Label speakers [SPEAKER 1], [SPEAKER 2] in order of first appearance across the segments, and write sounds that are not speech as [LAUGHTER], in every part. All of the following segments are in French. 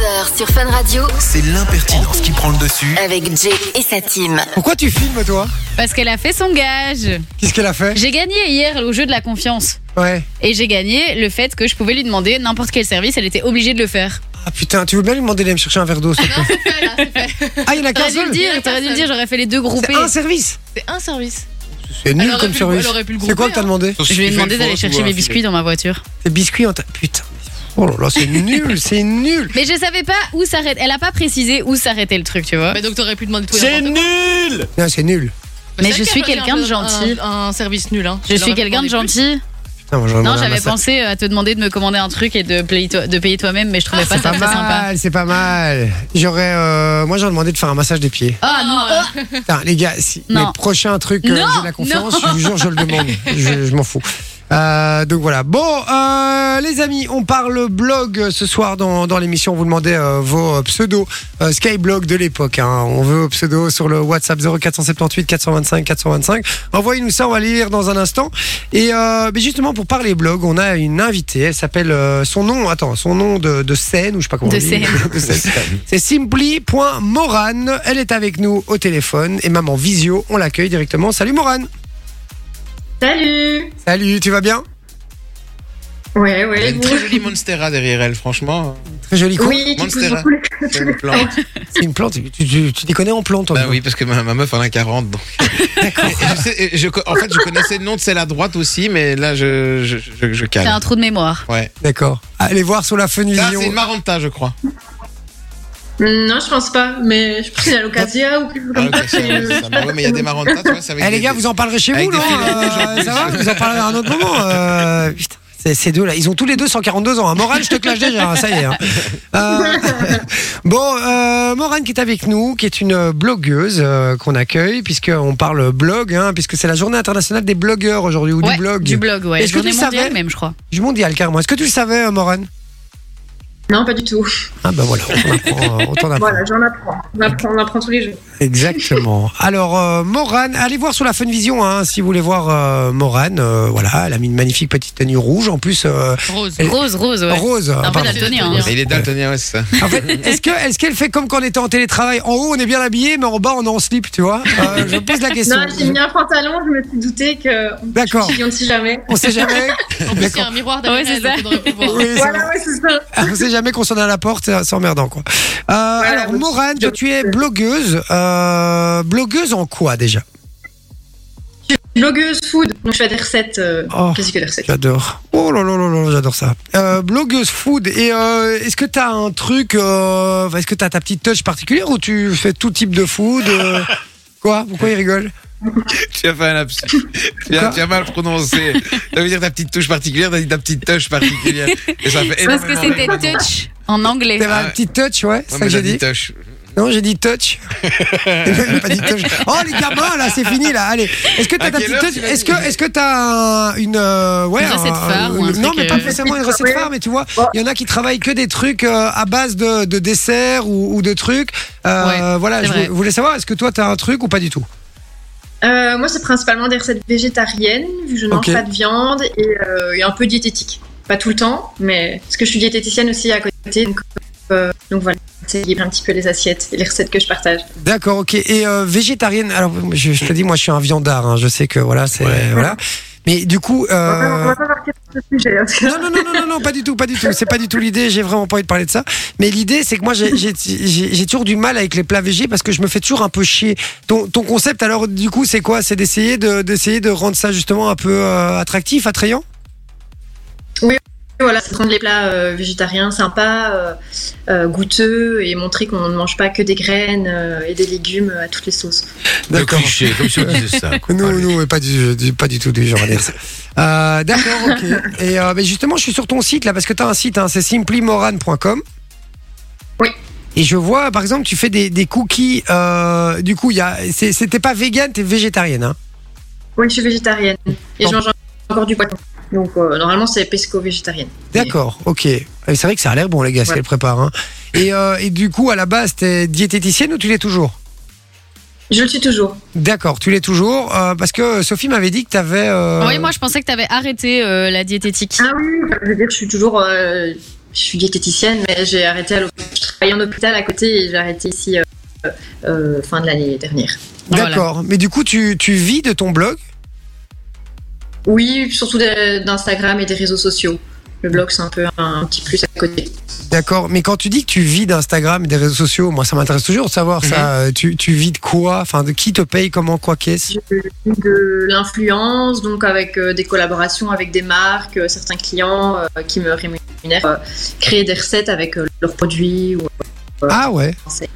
[SPEAKER 1] 19h sur Fun Radio
[SPEAKER 2] C'est l'impertinence qui prend le dessus.
[SPEAKER 1] avec Jay et sa team.
[SPEAKER 3] Pourquoi tu filmes, toi
[SPEAKER 4] Parce qu'elle a fait son gage.
[SPEAKER 3] Qu'est-ce qu'elle a fait
[SPEAKER 4] J'ai gagné hier au jeu de la confiance.
[SPEAKER 3] Ouais.
[SPEAKER 4] Et j'ai gagné le fait que je pouvais lui demander n'importe quel service, elle était obligée de le faire.
[SPEAKER 3] Ah putain, tu veux bien lui demander d'aller me chercher un verre d'eau, s'il te plaît Ah, il y en a qu'un
[SPEAKER 4] T'aurais dû le
[SPEAKER 3] seul
[SPEAKER 4] dire, t'aurais dû le dire, j'aurais fait les deux
[SPEAKER 3] C'est
[SPEAKER 4] groupés.
[SPEAKER 3] un service
[SPEAKER 4] C'est un service.
[SPEAKER 3] C'est nul
[SPEAKER 5] aurait
[SPEAKER 3] comme
[SPEAKER 5] pu le-
[SPEAKER 3] service.
[SPEAKER 5] elle aurait pu le
[SPEAKER 3] C'est quoi
[SPEAKER 5] grouper,
[SPEAKER 4] hein.
[SPEAKER 3] que t'as demandé
[SPEAKER 4] Je lui ai demandé d'aller chercher mes biscuits dans ma voiture.
[SPEAKER 3] C'est biscuits en ta... Putain. Oh là là, c'est
[SPEAKER 4] [LAUGHS]
[SPEAKER 3] nul, c'est nul
[SPEAKER 4] Mais je savais pas où s'arrêter. Elle a pas précisé où s'arrêter le truc, tu vois.
[SPEAKER 5] Bah donc t'aurais pu demander tout et n'importe
[SPEAKER 2] nul
[SPEAKER 3] Non, c'est nul.
[SPEAKER 5] quoi.
[SPEAKER 4] Mais
[SPEAKER 5] C'est
[SPEAKER 4] je
[SPEAKER 5] vrai
[SPEAKER 4] suis
[SPEAKER 5] qu'elle
[SPEAKER 4] quelqu'un de
[SPEAKER 5] aurait un-
[SPEAKER 4] gentil.
[SPEAKER 5] Un, un service nul. Hein.
[SPEAKER 4] Je
[SPEAKER 5] Elle
[SPEAKER 4] suis
[SPEAKER 5] aurait pu
[SPEAKER 4] quelqu'un de
[SPEAKER 5] demander plus.
[SPEAKER 4] gentil.
[SPEAKER 3] Putain, moi, j'aurais
[SPEAKER 4] Non,
[SPEAKER 3] demandé à ma
[SPEAKER 4] j'avais
[SPEAKER 3] sœur.
[SPEAKER 4] pensé euh, à te demander de me commander un truc et de payer toi- de payer toi-même, mais je trouvais pas
[SPEAKER 3] Ah, C'est
[SPEAKER 4] ça
[SPEAKER 3] pas
[SPEAKER 4] très sympa.
[SPEAKER 3] mal, c'est pas mal. J'aurais, euh, moi j'aurais demandé de faire un massage des pieds.
[SPEAKER 4] Ah non,
[SPEAKER 3] Putain, les gars, si
[SPEAKER 4] Non.
[SPEAKER 3] les prochains trucs, euh,
[SPEAKER 4] Non,
[SPEAKER 3] j'ai la confiance, je vous jure, je le demande. je je m'en fous. Euh, donc voilà. Bon, euh, les amis, on parle blog euh, ce soir dans, dans l'émission. On vous demandait euh, vos euh, pseudos euh, Skyblog de l'époque. hein. On veut vos pseudos sur le WhatsApp 0478 425 425. Envoyez-nous ça, on va les lire dans un instant. Et euh, mais justement, pour parler blog, on a une invitée. Elle s'appelle euh, son nom. Attends, son nom de, de scène ou je sais pas comment.
[SPEAKER 4] De
[SPEAKER 3] on dit.
[SPEAKER 4] scène.
[SPEAKER 3] [LAUGHS] De scène. C'est simply.moran. Elle est avec nous au téléphone et même en visio, on l'accueille directement. Salut Moran.
[SPEAKER 6] Salut
[SPEAKER 3] Salut, tu vas bien
[SPEAKER 6] Ouais,
[SPEAKER 7] Elle a
[SPEAKER 6] ouais.
[SPEAKER 7] une
[SPEAKER 6] vous-
[SPEAKER 7] très jolie Monstera derrière elle, franchement.
[SPEAKER 3] Très joli con.
[SPEAKER 6] Oui, qui pousse
[SPEAKER 7] Monstera.
[SPEAKER 6] beaucoup les-
[SPEAKER 7] C'est une [LAUGHS] plante.
[SPEAKER 3] C'est une plante. Tu, tu, tu t'y connais en plante, toi.
[SPEAKER 7] Bah
[SPEAKER 3] dis
[SPEAKER 7] oui, parce que ma, ma meuf en a 40. [LAUGHS] Donc. Et je sais- et je co- en fait, je connaissais le nom de celle à droite aussi, mais là, je, je, je, je
[SPEAKER 4] t'as un
[SPEAKER 7] calme.
[SPEAKER 4] trou de mémoire.
[SPEAKER 7] Ouais.
[SPEAKER 3] donc. D'accord. Allez voir sur la Fun
[SPEAKER 7] Ça,
[SPEAKER 3] Vision.
[SPEAKER 7] c'est une Maranta, je crois.
[SPEAKER 6] Non, je pense pas, mais je pense que c'est Alocasia ou quelque chose
[SPEAKER 7] Ah,
[SPEAKER 6] comme
[SPEAKER 7] ok, c'est-
[SPEAKER 6] ça.
[SPEAKER 7] c'est ça. Bah ouais, mais il y a des Maranta, tu vois, c'est avec
[SPEAKER 3] Eh les
[SPEAKER 7] des-
[SPEAKER 3] gars, vous en parlerez chez
[SPEAKER 7] Avec
[SPEAKER 3] vous,
[SPEAKER 7] des
[SPEAKER 3] non
[SPEAKER 7] filets,
[SPEAKER 3] Euh, Ça va Vous en parlerez à un autre moment. euh, putain, c'est- Ces deux-là, ils ont tous les deux 142 ans. hein. Morane, je te clash déjà, hein, ça y est. hein. Euh, [LAUGHS] bon, euh, Morane qui est avec nous, qui est une blogueuse euh, qu'on accueille, puisqu'on parle blog, hein, puisque c'est la journée internationale des blogueurs aujourd'hui, ou
[SPEAKER 4] Ouais,
[SPEAKER 3] du blog.
[SPEAKER 4] Du blog, ouais.
[SPEAKER 3] Est-ce que
[SPEAKER 4] Journée
[SPEAKER 3] tu
[SPEAKER 4] mondiale
[SPEAKER 3] savais
[SPEAKER 4] même, je crois.
[SPEAKER 3] Du mondial, carrément. Est-ce que tu le savais, euh, Morane
[SPEAKER 6] Non, pas du tout. [LAUGHS]
[SPEAKER 3] Ah ben voilà, on apprend, euh, on t'en apprend.
[SPEAKER 6] Voilà, j'en apprends. On apprend, on apprend tous les jours.
[SPEAKER 3] Exactement. Alors, euh, Morane, allez voir sur la Funvision hein, si vous voulez voir euh, Morane. euh, voilà, elle a mis une magnifique petite tenue rouge. En plus, euh,
[SPEAKER 5] Rose.
[SPEAKER 4] Rose, rose, ouais.
[SPEAKER 3] rose. euh,
[SPEAKER 4] Un peu
[SPEAKER 3] pardon.
[SPEAKER 4] daltonien. hein.
[SPEAKER 7] Mais Il est daltonien, ouais, c'est ça.
[SPEAKER 3] en fait, est-ce que est-ce qu'elle fait comme quand on était en télétravail En haut, on est bien habillé, mais en bas, on est en slip, tu vois Euh, Je pose la question.
[SPEAKER 6] Non, j'ai mis un pantalon, je me suis douté que.
[SPEAKER 3] D'accord.
[SPEAKER 6] On ne sait jamais.
[SPEAKER 3] On sait jamais.
[SPEAKER 5] En plus, il y a un miroir derrière
[SPEAKER 4] Ouais, c'est
[SPEAKER 5] elle,
[SPEAKER 4] ça.
[SPEAKER 5] donc on aurait pu voir.
[SPEAKER 3] Oui, ça va.
[SPEAKER 6] Voilà, ouais, c'est ça.
[SPEAKER 3] on sait jamais qu'on sonne à la porte, c'est c'est emmerdant quoi. Euh, alors,
[SPEAKER 6] oui.
[SPEAKER 3] Morane, toi, tu es blogueuse. euh, blogueuse en quoi déjà
[SPEAKER 6] Blogueuse food, donc je fais des recettes. Euh,
[SPEAKER 3] Oh.
[SPEAKER 6] Qu'est-ce que des recettes
[SPEAKER 3] J'adore. Oh là là là là, j'adore ça. Euh, blogueuse food. Et euh, est-ce que t'as un truc, euh, est-ce que t'as ta petite touch particulière ou tu fais tout type de food
[SPEAKER 7] [LAUGHS]
[SPEAKER 3] euh, Quoi Pourquoi il rigole
[SPEAKER 7] [LAUGHS] Tu as fait un lapsus. Tu as,
[SPEAKER 3] Quoi
[SPEAKER 7] tu as mal prononcé. Ça veut dire ta petite touche particulière, t'as dit ta petite touche particulière. Et ça fait
[SPEAKER 4] Parce que
[SPEAKER 3] ben,
[SPEAKER 7] énormément
[SPEAKER 4] c'était
[SPEAKER 7] rire.
[SPEAKER 4] touch en anglais.
[SPEAKER 3] T'avais
[SPEAKER 7] Ah
[SPEAKER 3] un
[SPEAKER 7] ouais.
[SPEAKER 3] petit touch, ouais, c'est
[SPEAKER 7] Ouais,
[SPEAKER 3] ça
[SPEAKER 7] mais
[SPEAKER 3] que
[SPEAKER 7] j'ai
[SPEAKER 3] j'ai dit.
[SPEAKER 7] dit touche.
[SPEAKER 3] Non, j'ai dit
[SPEAKER 7] [LAUGHS]
[SPEAKER 3] touch. J'ai pas dit touch. Oh les gamins, là, c'est fini là. Allez, est-ce que t'as
[SPEAKER 7] À
[SPEAKER 3] ta
[SPEAKER 7] quelle
[SPEAKER 3] petite
[SPEAKER 7] heure
[SPEAKER 3] touch
[SPEAKER 7] tu l'as
[SPEAKER 3] Est-ce
[SPEAKER 7] dit
[SPEAKER 3] que est-ce que t'as un- une euh, ouais
[SPEAKER 4] Une recette
[SPEAKER 3] un-
[SPEAKER 4] phare ou un
[SPEAKER 3] Non,
[SPEAKER 4] truc,
[SPEAKER 3] mais pas
[SPEAKER 4] euh,
[SPEAKER 3] forcément une recette phare, mais tu vois, il y en a qui travaillent que des trucs euh, à base de, de desserts ou, ou de trucs. Euh, voilà,
[SPEAKER 4] c'est
[SPEAKER 3] je
[SPEAKER 4] vrai.
[SPEAKER 3] vou- voulais savoir, est-ce que toi t'as un truc ou pas du tout
[SPEAKER 6] euh, Moi, c'est principalement des recettes végétariennes, vu que je ne mange
[SPEAKER 3] Ok.
[SPEAKER 6] pas de viande et, euh, et un peu diététique. Pas tout le temps, mais parce que je suis diététicienne aussi à côté. Donc, euh, donc voilà, c'est un petit peu les assiettes et les recettes que je partage.
[SPEAKER 3] D'accord, ok. Et euh, végétarienne. Alors, je, je te dis, moi, je suis un viandard. hein, je sais que voilà, c'est voilà. Mais du coup,
[SPEAKER 6] On
[SPEAKER 3] euh,
[SPEAKER 6] va pas marquer ce sujet. hein, parce que-
[SPEAKER 3] Non, non, non, non, non, non, pas du tout, pas du tout. C'est pas du tout l'idée. J'ai vraiment pas envie de parler de ça. Mais l'idée, c'est que moi, j'ai- j'ai j'ai- j'ai toujours du mal avec les plats végés parce que je me fais toujours un peu chier. Ton, ton concept, alors, du coup, c'est quoi C'est d'essayer de, d'essayer de rendre ça justement un peu euh, attractif, attrayant
[SPEAKER 6] Voilà, c'est rendre les plats euh, végétariens sympas, euh, euh, goûteux et montrer qu'on ne mange pas que des graines euh, et des légumes à toutes les sauces.
[SPEAKER 3] D'accord.
[SPEAKER 7] comme si on disait ça.
[SPEAKER 3] Non, non, pas du, du- pas du tout du genre à dire ça. [LAUGHS] Euh, D'accord, ok. [LAUGHS] Et euh, mais justement, je suis sur ton site là parce que tu as un site, hein, c'est simplymoran.com.
[SPEAKER 6] Oui.
[SPEAKER 3] Et je vois, par exemple, tu fais des, des cookies. euh, du coup, il y a- c'est- c'était pas vegan, t'es végétarienne. Hein.
[SPEAKER 6] Oui, je suis végétarienne et
[SPEAKER 3] Bon.
[SPEAKER 6] je mange encore du poisson. Donc euh, normalement, c'est pesco-végétarienne.
[SPEAKER 3] D'accord, ok. Et C'est vrai que ça a l'air bon, les gars, ce
[SPEAKER 6] Ouais.
[SPEAKER 3] qu'elle prépare. hein. Et, euh, et du coup, à la base, t'es diététicienne ou tu l'es toujours
[SPEAKER 6] Je le suis toujours.
[SPEAKER 3] D'accord, tu l'es toujours. euh, parce que Sophie m'avait dit que t'avais. Euh...
[SPEAKER 4] Oui, moi je pensais que t'avais arrêté euh, la diététique.
[SPEAKER 6] Ah oui, je veux dire, je suis toujours. euh, je suis diététicienne, mais j'ai arrêté à l'hôpital. travaillé en hôpital à côté et j'ai arrêté ici euh, euh, fin de l'année dernière.
[SPEAKER 4] Voilà.
[SPEAKER 3] D'accord. Mais du coup, tu, tu vis de ton blog
[SPEAKER 6] Oui, surtout de- d'Instagram et des réseaux sociaux. Le blog, c'est un peu un, un petit plus à côté.
[SPEAKER 3] D'accord. Mais quand tu dis que tu vis d'Instagram et des réseaux sociaux, moi, ça m'intéresse toujours de savoir
[SPEAKER 6] Mhm.
[SPEAKER 3] ça. Euh, Tu, tu vis de quoi Enfin, de qui te paye Comment Quoi Qu'est-ce
[SPEAKER 6] Je fais de l'influence, donc avec euh, des collaborations avec des marques, euh, certains clients euh, qui me rémunèrent, euh, créer des recettes avec euh, leurs produits. Ou,
[SPEAKER 3] Ah ouais.
[SPEAKER 6] C'est-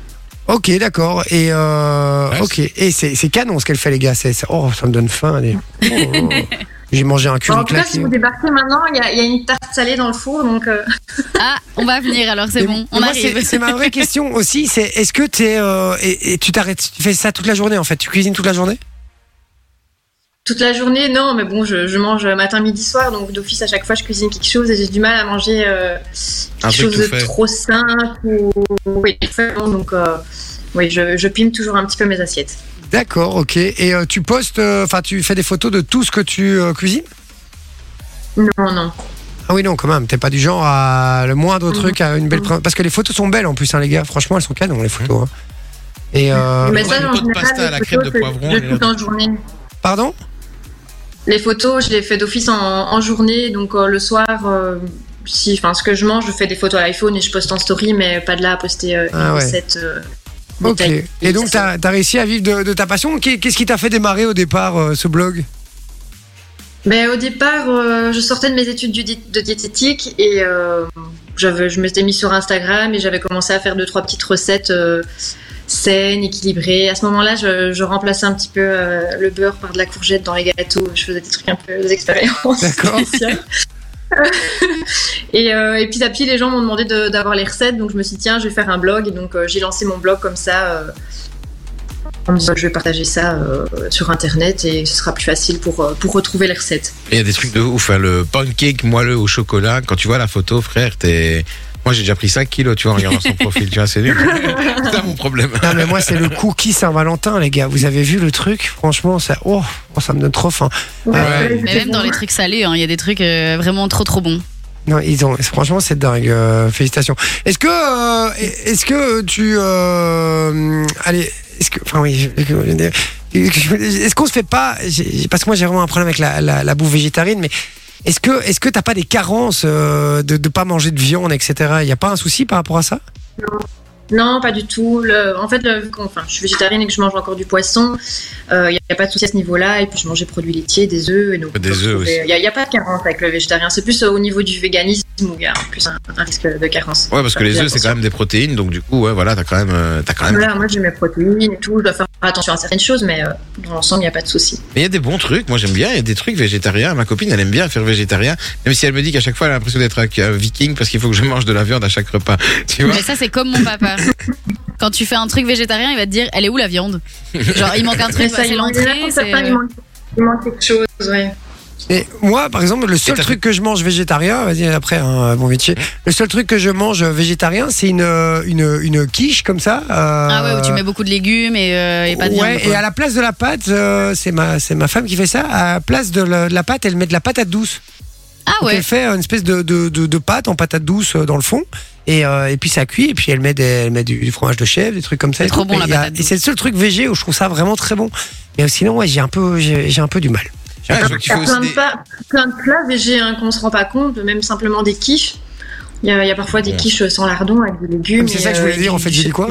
[SPEAKER 3] Ok, d'accord. Et euh,
[SPEAKER 7] Ouais,
[SPEAKER 3] ok. Et c'est c'est canon ce qu'elle fait, les gars. C'est c'est- oh, ça me donne faim.
[SPEAKER 6] [LAUGHS]
[SPEAKER 3] allez. Oh. J'ai mangé un cul
[SPEAKER 6] Bon, en
[SPEAKER 3] de
[SPEAKER 6] tout cas,
[SPEAKER 3] claque.
[SPEAKER 6] si vous débarquez maintenant, il y, a- il y a une tarte salée dans le four, donc euh,
[SPEAKER 4] Ah, on va venir alors, c'est
[SPEAKER 3] Mais-
[SPEAKER 4] bon.
[SPEAKER 3] mais
[SPEAKER 4] On
[SPEAKER 3] moi,
[SPEAKER 4] arrive.
[SPEAKER 3] c'est- C'est ma vraie question aussi. C'est est-ce que t'es euh, et, et tu t'arrêtes, tu fais ça toute la journée en fait. Tu cuisines toute la journée.
[SPEAKER 6] toute la journée, non, mais bon, je, je mange matin, midi, soir, donc d'office à chaque fois, je cuisine quelque chose et j'ai du mal à manger euh, quelque
[SPEAKER 7] Un truc
[SPEAKER 6] chose
[SPEAKER 7] tout
[SPEAKER 6] de
[SPEAKER 7] fait.
[SPEAKER 6] trop simple ou oui, tout fait, donc euh, oui, je, je pime toujours un petit peu mes assiettes.
[SPEAKER 3] D'accord, ok. Et euh, tu postes, euh, enfin tu fais des photos de tout ce que tu euh, cuisines.
[SPEAKER 6] Non, non.
[SPEAKER 3] Ah oui non quand même. T'es pas du genre à le moindre truc à une belle pr- parce que les photos sont belles en plus hein, les gars. Franchement elles sont canon les photos. hein. Et euh,
[SPEAKER 6] mais
[SPEAKER 7] moi,
[SPEAKER 6] ça,
[SPEAKER 7] une
[SPEAKER 6] en
[SPEAKER 7] pote
[SPEAKER 6] général,
[SPEAKER 7] pasta à la
[SPEAKER 6] les
[SPEAKER 7] crème de
[SPEAKER 6] photos, c'est-
[SPEAKER 7] poivron,
[SPEAKER 6] je
[SPEAKER 7] elle est
[SPEAKER 6] fais tout en journée.
[SPEAKER 3] pardon.
[SPEAKER 6] Les photos, je les fais d'office en, en journée, donc euh, le soir, euh, si, enfin, ce que je mange, je fais des photos à l'iPhone et je poste en story, mais pas de là à poster euh,
[SPEAKER 3] Ah
[SPEAKER 6] une
[SPEAKER 3] ouais.
[SPEAKER 6] recette. euh,
[SPEAKER 3] Ok.
[SPEAKER 6] détaillée.
[SPEAKER 3] Et donc t'as as réussi à vivre de, de ta passion. Qu'est- Qu'est-ce qui t'a fait démarrer au départ euh, ce blog
[SPEAKER 6] Ben, au départ, euh, je sortais de mes études du di- de diététique et euh, j'avais, je m'étais mis sur Instagram et j'avais commencé à faire deux trois petites recettes euh, saines, équilibrées. À ce moment-là, je, je remplaçais un petit peu euh, le beurre par de la courgette dans les gâteaux. Je faisais des trucs un peu des expériences.
[SPEAKER 3] D'accord.
[SPEAKER 6] spéciales. [LAUGHS] et, euh, et petit à petit, les gens m'ont demandé de- d'avoir les recettes, donc je me suis dit tiens, je vais faire un blog et donc euh, j'ai lancé mon blog comme ça. euh, en me disant, je vais partager ça euh, sur internet et ce sera plus facile pour, euh, pour retrouver les recettes.
[SPEAKER 7] Il y a des trucs de ouf. hein, le pancake moelleux au chocolat. Quand tu vois la photo, frère, t'es. Moi, j'ai déjà pris 5 kilos, tu vois, en regardant son profil. Tu vois, c'est nul. c'est ça mon problème.
[SPEAKER 3] Non mais moi c'est le cookie Saint-Valentin les gars. Vous avez vu le truc Franchement ça oh ça me donne trop faim.
[SPEAKER 7] Ouais.
[SPEAKER 4] Mais même dans les trucs salés, hein, il y a des trucs euh, vraiment trop trop bons.
[SPEAKER 3] Non, ils ont. Franchement, c'est dingue. euh, félicitations. Est-ce que, euh, est-ce que tu, euh, allez, est-ce que, enfin oui, je- je- je- est-ce qu'on se fait pas j'ai- Parce que moi, j'ai vraiment un problème avec la, la, la bouffe végétarienne, mais est-ce que, est-ce que t'as pas des carences euh, de de pas manger de viande, etc. Il y a pas un souci par rapport à ça
[SPEAKER 6] Non, pas du tout. Le- en fait, le- enfin, je suis végétarienne et que je mange encore du poisson, il n'y a pas de souci à ce niveau-là. Et puis, je mange des produits laitiers, des œufs. Et donc,
[SPEAKER 7] Des œufs aussi.
[SPEAKER 6] Il n'y a, y a pas de carence avec le végétarien. C'est plus euh, au niveau du véganisme où il y a en plus un, un risque de carence.
[SPEAKER 7] Ouais, parce que les œufs, c'est quand même des protéines. Donc, du coup, ouais, voilà, t'as quand même. euh, T'as quand même...
[SPEAKER 6] Voilà, moi j'ai mes protéines et tout, je dois faire attention à certaines choses, mais euh, dans l'ensemble, il n'y a pas de souci.
[SPEAKER 7] Mais il y a des bons trucs. Moi, j'aime bien. Il y a des trucs végétariens. Ma copine, elle aime bien faire végétarien. Même si elle me dit qu'à chaque fois, elle a l'impression d'être un un viking parce qu'il faut que je mange de la viande à chaque repas. [LAUGHS] Tu vois
[SPEAKER 4] Mais ça, c'est comme mon papa. Quand tu fais un truc végétarien, il va te dire elle est où la viande Genre, il manque un
[SPEAKER 6] [LAUGHS] Mais
[SPEAKER 4] truc, bah,
[SPEAKER 6] il
[SPEAKER 4] c'est
[SPEAKER 6] manque- il y en
[SPEAKER 4] l'entrée.
[SPEAKER 6] a certains,
[SPEAKER 4] c'est,
[SPEAKER 6] il
[SPEAKER 4] euh,
[SPEAKER 6] manque- il manque quelque chose, ouais.
[SPEAKER 3] Et moi, par exemple, le seul
[SPEAKER 7] Et t'as Mmh.
[SPEAKER 3] truc que je mange végétarien, vas-y après un bon métier. Le seul truc que je mange végétarien, c'est une, euh, une une quiche comme ça. euh,
[SPEAKER 4] Ah ouais, où tu mets beaucoup de légumes et, euh, et pas de viande.
[SPEAKER 3] ouais,
[SPEAKER 4] quoi.
[SPEAKER 3] et à la place de la pâte, euh, c'est ma, c'est ma femme qui fait ça. À la place de la, de la pâte, elle met de la patate douce.
[SPEAKER 4] Ah
[SPEAKER 3] Donc
[SPEAKER 4] ouais.
[SPEAKER 3] Elle fait une espèce de, de, de, de pâte en patate douce euh, dans le fond. Et, euh, et puis ça cuit. Et puis elle met, des, elle met du, du fromage de chèvre, des trucs comme ça.
[SPEAKER 4] C'est
[SPEAKER 3] et
[SPEAKER 4] trop
[SPEAKER 3] tout.
[SPEAKER 4] bon,
[SPEAKER 3] Mais
[SPEAKER 4] la
[SPEAKER 3] il y a-
[SPEAKER 4] patate
[SPEAKER 3] Et
[SPEAKER 4] douce.
[SPEAKER 3] c'est le seul truc végé où je trouve ça vraiment très bon. Mais euh, sinon, ouais, j'ai un peu, j'ai j'ai un peu du mal.
[SPEAKER 7] Ouais, Ah, je vois que tu
[SPEAKER 6] Il y
[SPEAKER 7] fais
[SPEAKER 6] a plein
[SPEAKER 7] aussi
[SPEAKER 6] de,
[SPEAKER 7] des-
[SPEAKER 6] plats, plein de plats végés hein, qu'on se rend pas compte, même simplement des quiches. Il y a, il y a parfois des
[SPEAKER 7] Ouais.
[SPEAKER 6] quiches sans lardons avec des légumes.
[SPEAKER 3] Ah, C'est
[SPEAKER 6] et,
[SPEAKER 3] ça que je
[SPEAKER 6] euh,
[SPEAKER 3] voulais dire.
[SPEAKER 6] des-
[SPEAKER 3] En fait, j'ai dit quoi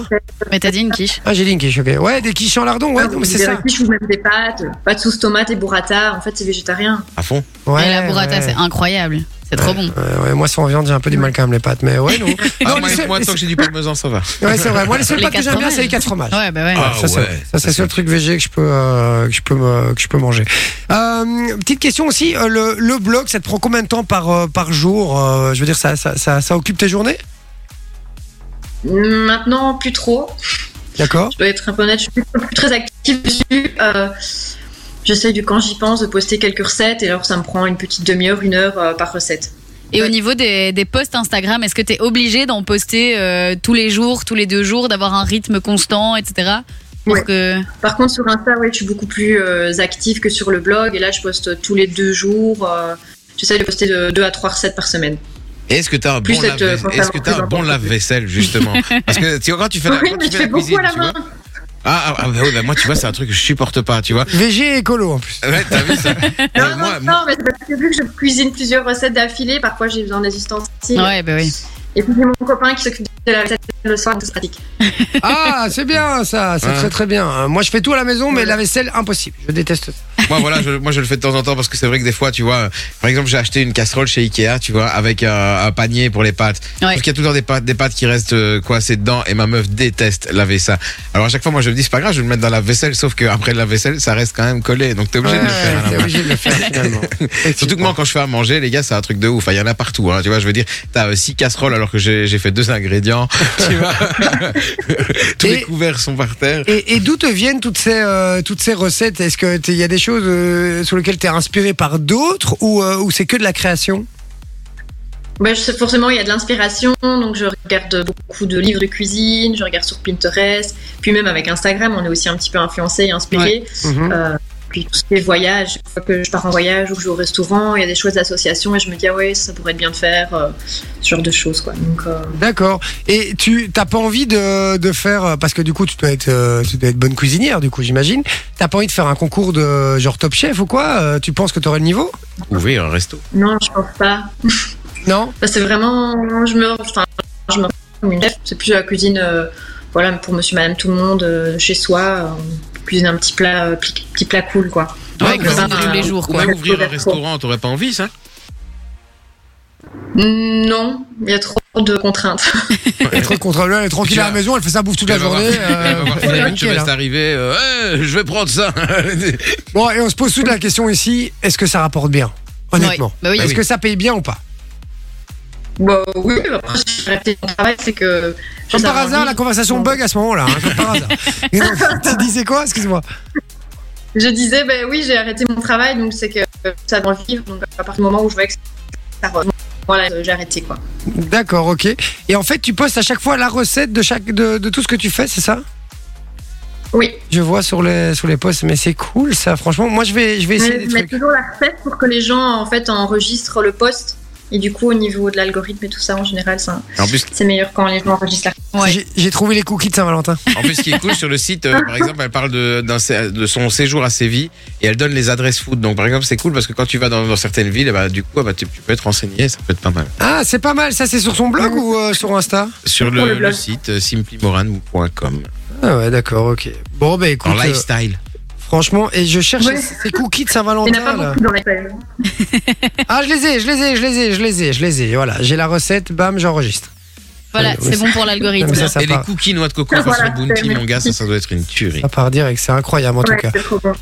[SPEAKER 4] Mais t'as dit une quiche.
[SPEAKER 3] Ah, j'ai dit une quiche. ok. Ouais, des quiches en lardon. Ouais, non, mais c'est
[SPEAKER 6] des
[SPEAKER 3] ça.
[SPEAKER 6] quiches ou même des pâtes, pâtes sauce tomate et burrata. En fait, c'est végétarien.
[SPEAKER 7] à fond.
[SPEAKER 3] Ouais,
[SPEAKER 4] et la burrata,
[SPEAKER 3] ouais.
[SPEAKER 4] c'est incroyable. C'est trop bon.
[SPEAKER 3] Ouais, ouais, moi, sans viande, j'ai un peu du mal quand même les pâtes. Mais ouais, non.
[SPEAKER 7] Ah,
[SPEAKER 3] Non,
[SPEAKER 7] moi,
[SPEAKER 3] les seuls-
[SPEAKER 7] moi, tant que j'ai du parmesan, ça va.
[SPEAKER 3] Ouais, c'est vrai. Moi, les seules
[SPEAKER 4] Les
[SPEAKER 3] pâtes que
[SPEAKER 4] quatre
[SPEAKER 3] j'aime bien,
[SPEAKER 4] fromages.
[SPEAKER 3] c'est les quatre fromages.
[SPEAKER 4] Ouais, bah ouais.
[SPEAKER 7] Ah,
[SPEAKER 3] ça, c'est-
[SPEAKER 7] ouais,
[SPEAKER 3] ça, c'est le seul truc végé que je peux, euh, que je peux, me- que je peux manger. Euh, petite question aussi, euh, le, le blog, ça te prend combien de temps par, euh, par jour Euh, Je veux dire, ça, ça, ça, ça occupe tes journées
[SPEAKER 6] Maintenant, plus trop.
[SPEAKER 3] D'accord
[SPEAKER 6] Je dois être un peu honnête, je suis plus, plus très active dessus. Euh, J'essaie du quand j'y pense de poster quelques recettes et alors ça me prend une petite demi-heure, une heure euh, par recette.
[SPEAKER 4] Et au niveau des, des posts Instagram, est-ce que t'es obligé d'en poster euh, tous les jours, tous les deux jours, d'avoir un rythme constant, etc. Pour
[SPEAKER 6] Ouais.
[SPEAKER 4] que...
[SPEAKER 6] Par contre, sur Insta, ouais, je suis beaucoup plus euh, active que sur le blog et là, je poste tous les deux jours. euh, J'essaie de poster de deux à trois recettes par semaine.
[SPEAKER 7] Et Est-ce que t'as un
[SPEAKER 6] Plus
[SPEAKER 7] bon
[SPEAKER 6] cette, euh,
[SPEAKER 7] lave-vaisselle Est-ce que
[SPEAKER 6] conservatrice
[SPEAKER 7] t'as un
[SPEAKER 6] en
[SPEAKER 7] bon
[SPEAKER 6] porte- [LAUGHS]
[SPEAKER 7] lave-vaisselle justement Parce que tu vois, quand tu fais la,
[SPEAKER 6] Oui,
[SPEAKER 7] quand
[SPEAKER 6] mais je
[SPEAKER 7] tu fais la
[SPEAKER 6] fais beaucoup
[SPEAKER 7] cuisine,
[SPEAKER 6] à la
[SPEAKER 7] tu
[SPEAKER 6] main.
[SPEAKER 7] vois. Ah, ah, ah, bah oui, bah moi tu vois c'est un truc que je supporte pas, tu vois.
[SPEAKER 3] VG écolo en plus.
[SPEAKER 7] Ouais, t'as
[SPEAKER 6] [LAUGHS]
[SPEAKER 7] vu ça
[SPEAKER 6] Non,
[SPEAKER 7] Ouais,
[SPEAKER 6] non,
[SPEAKER 7] Eh, moi-
[SPEAKER 6] non, Ah, mais c'est parce que vu que je cuisine plusieurs recettes d'affilée, parfois j'ai besoin d'assistance.
[SPEAKER 4] Ouais, bah oui.
[SPEAKER 6] Et puis j'ai mon copain qui s'occupe de la vaisselle le soir, donc c'est pratique.
[SPEAKER 3] Ah, c'est bien ça, c'est
[SPEAKER 7] Ouais.
[SPEAKER 3] très très bien. Euh, Moi je fais tout à la maison, mais la vaisselle, impossible. Je déteste ça.
[SPEAKER 7] Moi voilà, je, moi je le fais de temps en temps parce que c'est vrai que des fois, tu vois, euh, par exemple, j'ai acheté une casserole chez Ikea, tu vois, avec un, un panier pour les pâtes.
[SPEAKER 4] Ouais.
[SPEAKER 7] Parce qu'il y a toujours des pâtes, des pâtes qui restent euh, coincées dedans et ma meuf déteste laver ça. Alors à chaque fois, moi je me dis c'est pas grave, je vais le mettre dans la vaisselle, sauf qu'après la vaisselle, ça reste quand même collé, donc t'es obligé de le faire. hein. à la
[SPEAKER 3] t'es
[SPEAKER 7] main.
[SPEAKER 3] obligé de le
[SPEAKER 7] [LAUGHS]
[SPEAKER 3] faire finalement.
[SPEAKER 7] Surtout que moi, quand je fais à manger, les gars, c'est un truc de ouf. Enfin, Il y en a partout. Hein. Tu vois, je veux dire, t'as euh, six casseroles alors que j'ai j'ai fait deux ingrédients. [LAUGHS] Tu
[SPEAKER 3] [LAUGHS]
[SPEAKER 7] vois Tous
[SPEAKER 3] Et-
[SPEAKER 7] les couverts sont par terre.
[SPEAKER 3] Et, et d'où te viennent toutes ces, euh, toutes ces recettes Est-ce qu'il y a des choses euh, sur lesquelles t'es inspiré par d'autres ou, euh, ou c'est que de la création
[SPEAKER 6] Bah, je sais, forcément, il y a de l'inspiration, donc je regarde beaucoup de livres de cuisine, je regarde sur Pinterest, puis même avec Instagram, on est aussi un petit peu influencé et inspiré.
[SPEAKER 7] Mm-hmm.
[SPEAKER 3] Mhm.
[SPEAKER 6] Euh, puis tous ces voyages, une fois que je pars en voyage ou que je vais au restaurant, il y a des choses d'association et je me dis, ah ouais, ça pourrait être bien de faire, euh, ce genre de choses, quoi. Donc, euh,
[SPEAKER 3] D'accord. Et tu t'as pas envie de, de faire euh, parce que du coup tu dois être euh, tu dois être bonne cuisinière du coup j'imagine. T'as pas envie de faire un concours de genre Top Chef ou quoi Euh, Tu penses que t'aurais le niveau
[SPEAKER 7] Ouvrir un resto.
[SPEAKER 6] non, je pense pas.
[SPEAKER 3] Non.
[SPEAKER 6] Bah, c'est vraiment, je me, enfin, je me comme une chef. C'est plus la cuisine, euh, voilà, pour Monsieur, Madame, tout le monde euh, chez soi. euh, cuisiner un petit plat, euh, petit, petit plat cool, quoi.
[SPEAKER 4] Ouais,
[SPEAKER 7] ou
[SPEAKER 6] cuisiner
[SPEAKER 7] même-
[SPEAKER 6] tous les
[SPEAKER 4] jours,
[SPEAKER 7] ou
[SPEAKER 4] quoi.
[SPEAKER 7] même ouvrir un restaurant, t'aurais pas envie, ça
[SPEAKER 6] Non, il y a trop de contraintes. [LAUGHS]
[SPEAKER 3] Être contrôlée, elle est tranquille à la maison, elle fait sa bouffe toute la
[SPEAKER 7] Elle va voir-
[SPEAKER 3] journée. euh,
[SPEAKER 7] [LAUGHS] elle va voir
[SPEAKER 3] c'est
[SPEAKER 7] Frédéric
[SPEAKER 3] nickel,
[SPEAKER 7] Chevest
[SPEAKER 3] hein.
[SPEAKER 7] arriver, euh, Hey, je vais prendre [LAUGHS] ça.
[SPEAKER 3] Bon et on se pose toute la question ici est-ce que ça rapporte bien Honnêtement.
[SPEAKER 4] Ouais, bah oui.
[SPEAKER 3] Est-ce
[SPEAKER 7] oui.
[SPEAKER 3] que ça paye bien ou pas
[SPEAKER 6] Bah oui, après, je vais rester mon travail, c'est que. je
[SPEAKER 3] Comme
[SPEAKER 6] sais,
[SPEAKER 3] par
[SPEAKER 6] avant
[SPEAKER 3] hasard,
[SPEAKER 6] lui,
[SPEAKER 3] la conversation bug à ce moment-là. hein, comme par
[SPEAKER 7] [LAUGHS]
[SPEAKER 3] hasard. Et donc, tu disais quoi Excuse-moi.
[SPEAKER 6] Je disais, ben oui, j'ai arrêté mon travail, donc c'est que euh, ça doit vivre. Donc à partir du moment où je vois que ça re- voilà, euh, j'ai arrêté, quoi.
[SPEAKER 3] D'accord, ok. Et en fait, tu postes à chaque fois la recette de chaque de, de tout ce que tu fais, c'est ça
[SPEAKER 6] Oui,
[SPEAKER 3] Je vois sur les sur les posts, mais c'est cool ça. Franchement, moi je vais je vais essayer
[SPEAKER 6] mais
[SPEAKER 3] des
[SPEAKER 6] je mets
[SPEAKER 3] trucs.
[SPEAKER 6] toujours la recette pour que les gens, en fait, enregistrent le poste. Et du coup, au niveau de l'algorithme et tout ça, en général, ça-
[SPEAKER 7] en plus,
[SPEAKER 6] c'est meilleur quand les gens enregistrent la
[SPEAKER 4] Ouais.
[SPEAKER 3] J'ai- J'ai trouvé les cookies de Saint-Valentin.
[SPEAKER 7] En plus, ce qui est cool sur le site, euh, par exemple, elle parle de, d'un sé- de son séjour à Séville et elle donne les adresses food. Donc, par exemple, c'est cool parce que quand tu vas dans, dans certaines villes, eh ben, du coup, eh ben, tu, tu peux être renseigné, ça peut être pas mal.
[SPEAKER 3] Ah, c'est pas mal. Ça, c'est sur son blog ou euh, sur Insta
[SPEAKER 7] Sur
[SPEAKER 6] Pour
[SPEAKER 7] le,
[SPEAKER 6] le
[SPEAKER 7] le
[SPEAKER 6] blog.
[SPEAKER 7] site euh, simplymoran.com.
[SPEAKER 3] Ah ouais, d'accord, ok. Bon, bah écoute,
[SPEAKER 7] En
[SPEAKER 3] euh,
[SPEAKER 7] lifestyle.
[SPEAKER 3] franchement, et je cherche
[SPEAKER 6] Ouais.
[SPEAKER 3] ces cookies de
[SPEAKER 6] Il n'y en a
[SPEAKER 3] Saint-Valentin.
[SPEAKER 6] pas
[SPEAKER 3] là.
[SPEAKER 6] beaucoup dans hein. les pages.
[SPEAKER 3] Ah, je les ai, je les ai, je les ai, je les ai, je les ai. Voilà, j'ai la recette, bam, j'enregistre.
[SPEAKER 4] Voilà,
[SPEAKER 3] Ouais, ouais,
[SPEAKER 4] c'est bon pour l'algorithme.
[SPEAKER 3] Non, mais ça, ça
[SPEAKER 7] et les
[SPEAKER 3] part,
[SPEAKER 7] cookies noix de coco façon
[SPEAKER 6] Voilà,
[SPEAKER 7] Bounty,
[SPEAKER 6] c'est-
[SPEAKER 7] mon gars, ça, ça doit être une tuerie.
[SPEAKER 3] ça part direct. C'est incroyable en tout
[SPEAKER 6] Ouais,
[SPEAKER 3] cas.
[SPEAKER 6] c'est trop bon.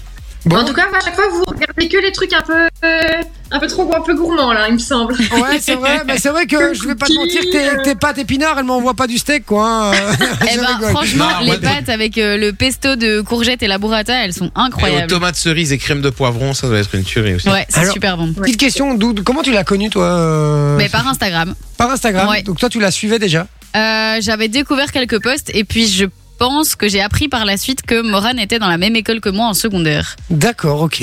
[SPEAKER 3] Bon.
[SPEAKER 6] En tout cas, moi, à chaque fois, vous regardez que les trucs un peu, euh, un peu trop, un peu gourmands, là, il me semble.
[SPEAKER 3] Ouais, c'est vrai, mais c'est vrai que je vais pas te mentir,
[SPEAKER 6] euh.
[SPEAKER 3] tes, tes pâtes épinards, elles m'envoient pas du steak, quoi. hein.
[SPEAKER 4] Eh
[SPEAKER 3] [LAUGHS] Je
[SPEAKER 4] ben,
[SPEAKER 3] rigole.
[SPEAKER 4] franchement,
[SPEAKER 7] Non, moi,
[SPEAKER 4] les pâtes avec euh, le pesto de courgettes et la burrata, elles sont
[SPEAKER 7] Et aux
[SPEAKER 4] incroyables.
[SPEAKER 7] tomates cerises et crème de poivron, ça doit être une tuerie aussi.
[SPEAKER 4] Ouais, c'est
[SPEAKER 3] Alors- euh,
[SPEAKER 4] super bon.
[SPEAKER 3] Petite question, d'où- comment tu l'as connue, toi euh,
[SPEAKER 4] Mais par Instagram.
[SPEAKER 3] Par Instagram.
[SPEAKER 4] Ouais.
[SPEAKER 3] Donc toi, tu la suivais déjà.
[SPEAKER 4] Euh, j'avais découvert quelques postes et puis je pense que j'ai appris par la suite que Morane était dans la même école que moi en secondaire.
[SPEAKER 3] D'accord, ok.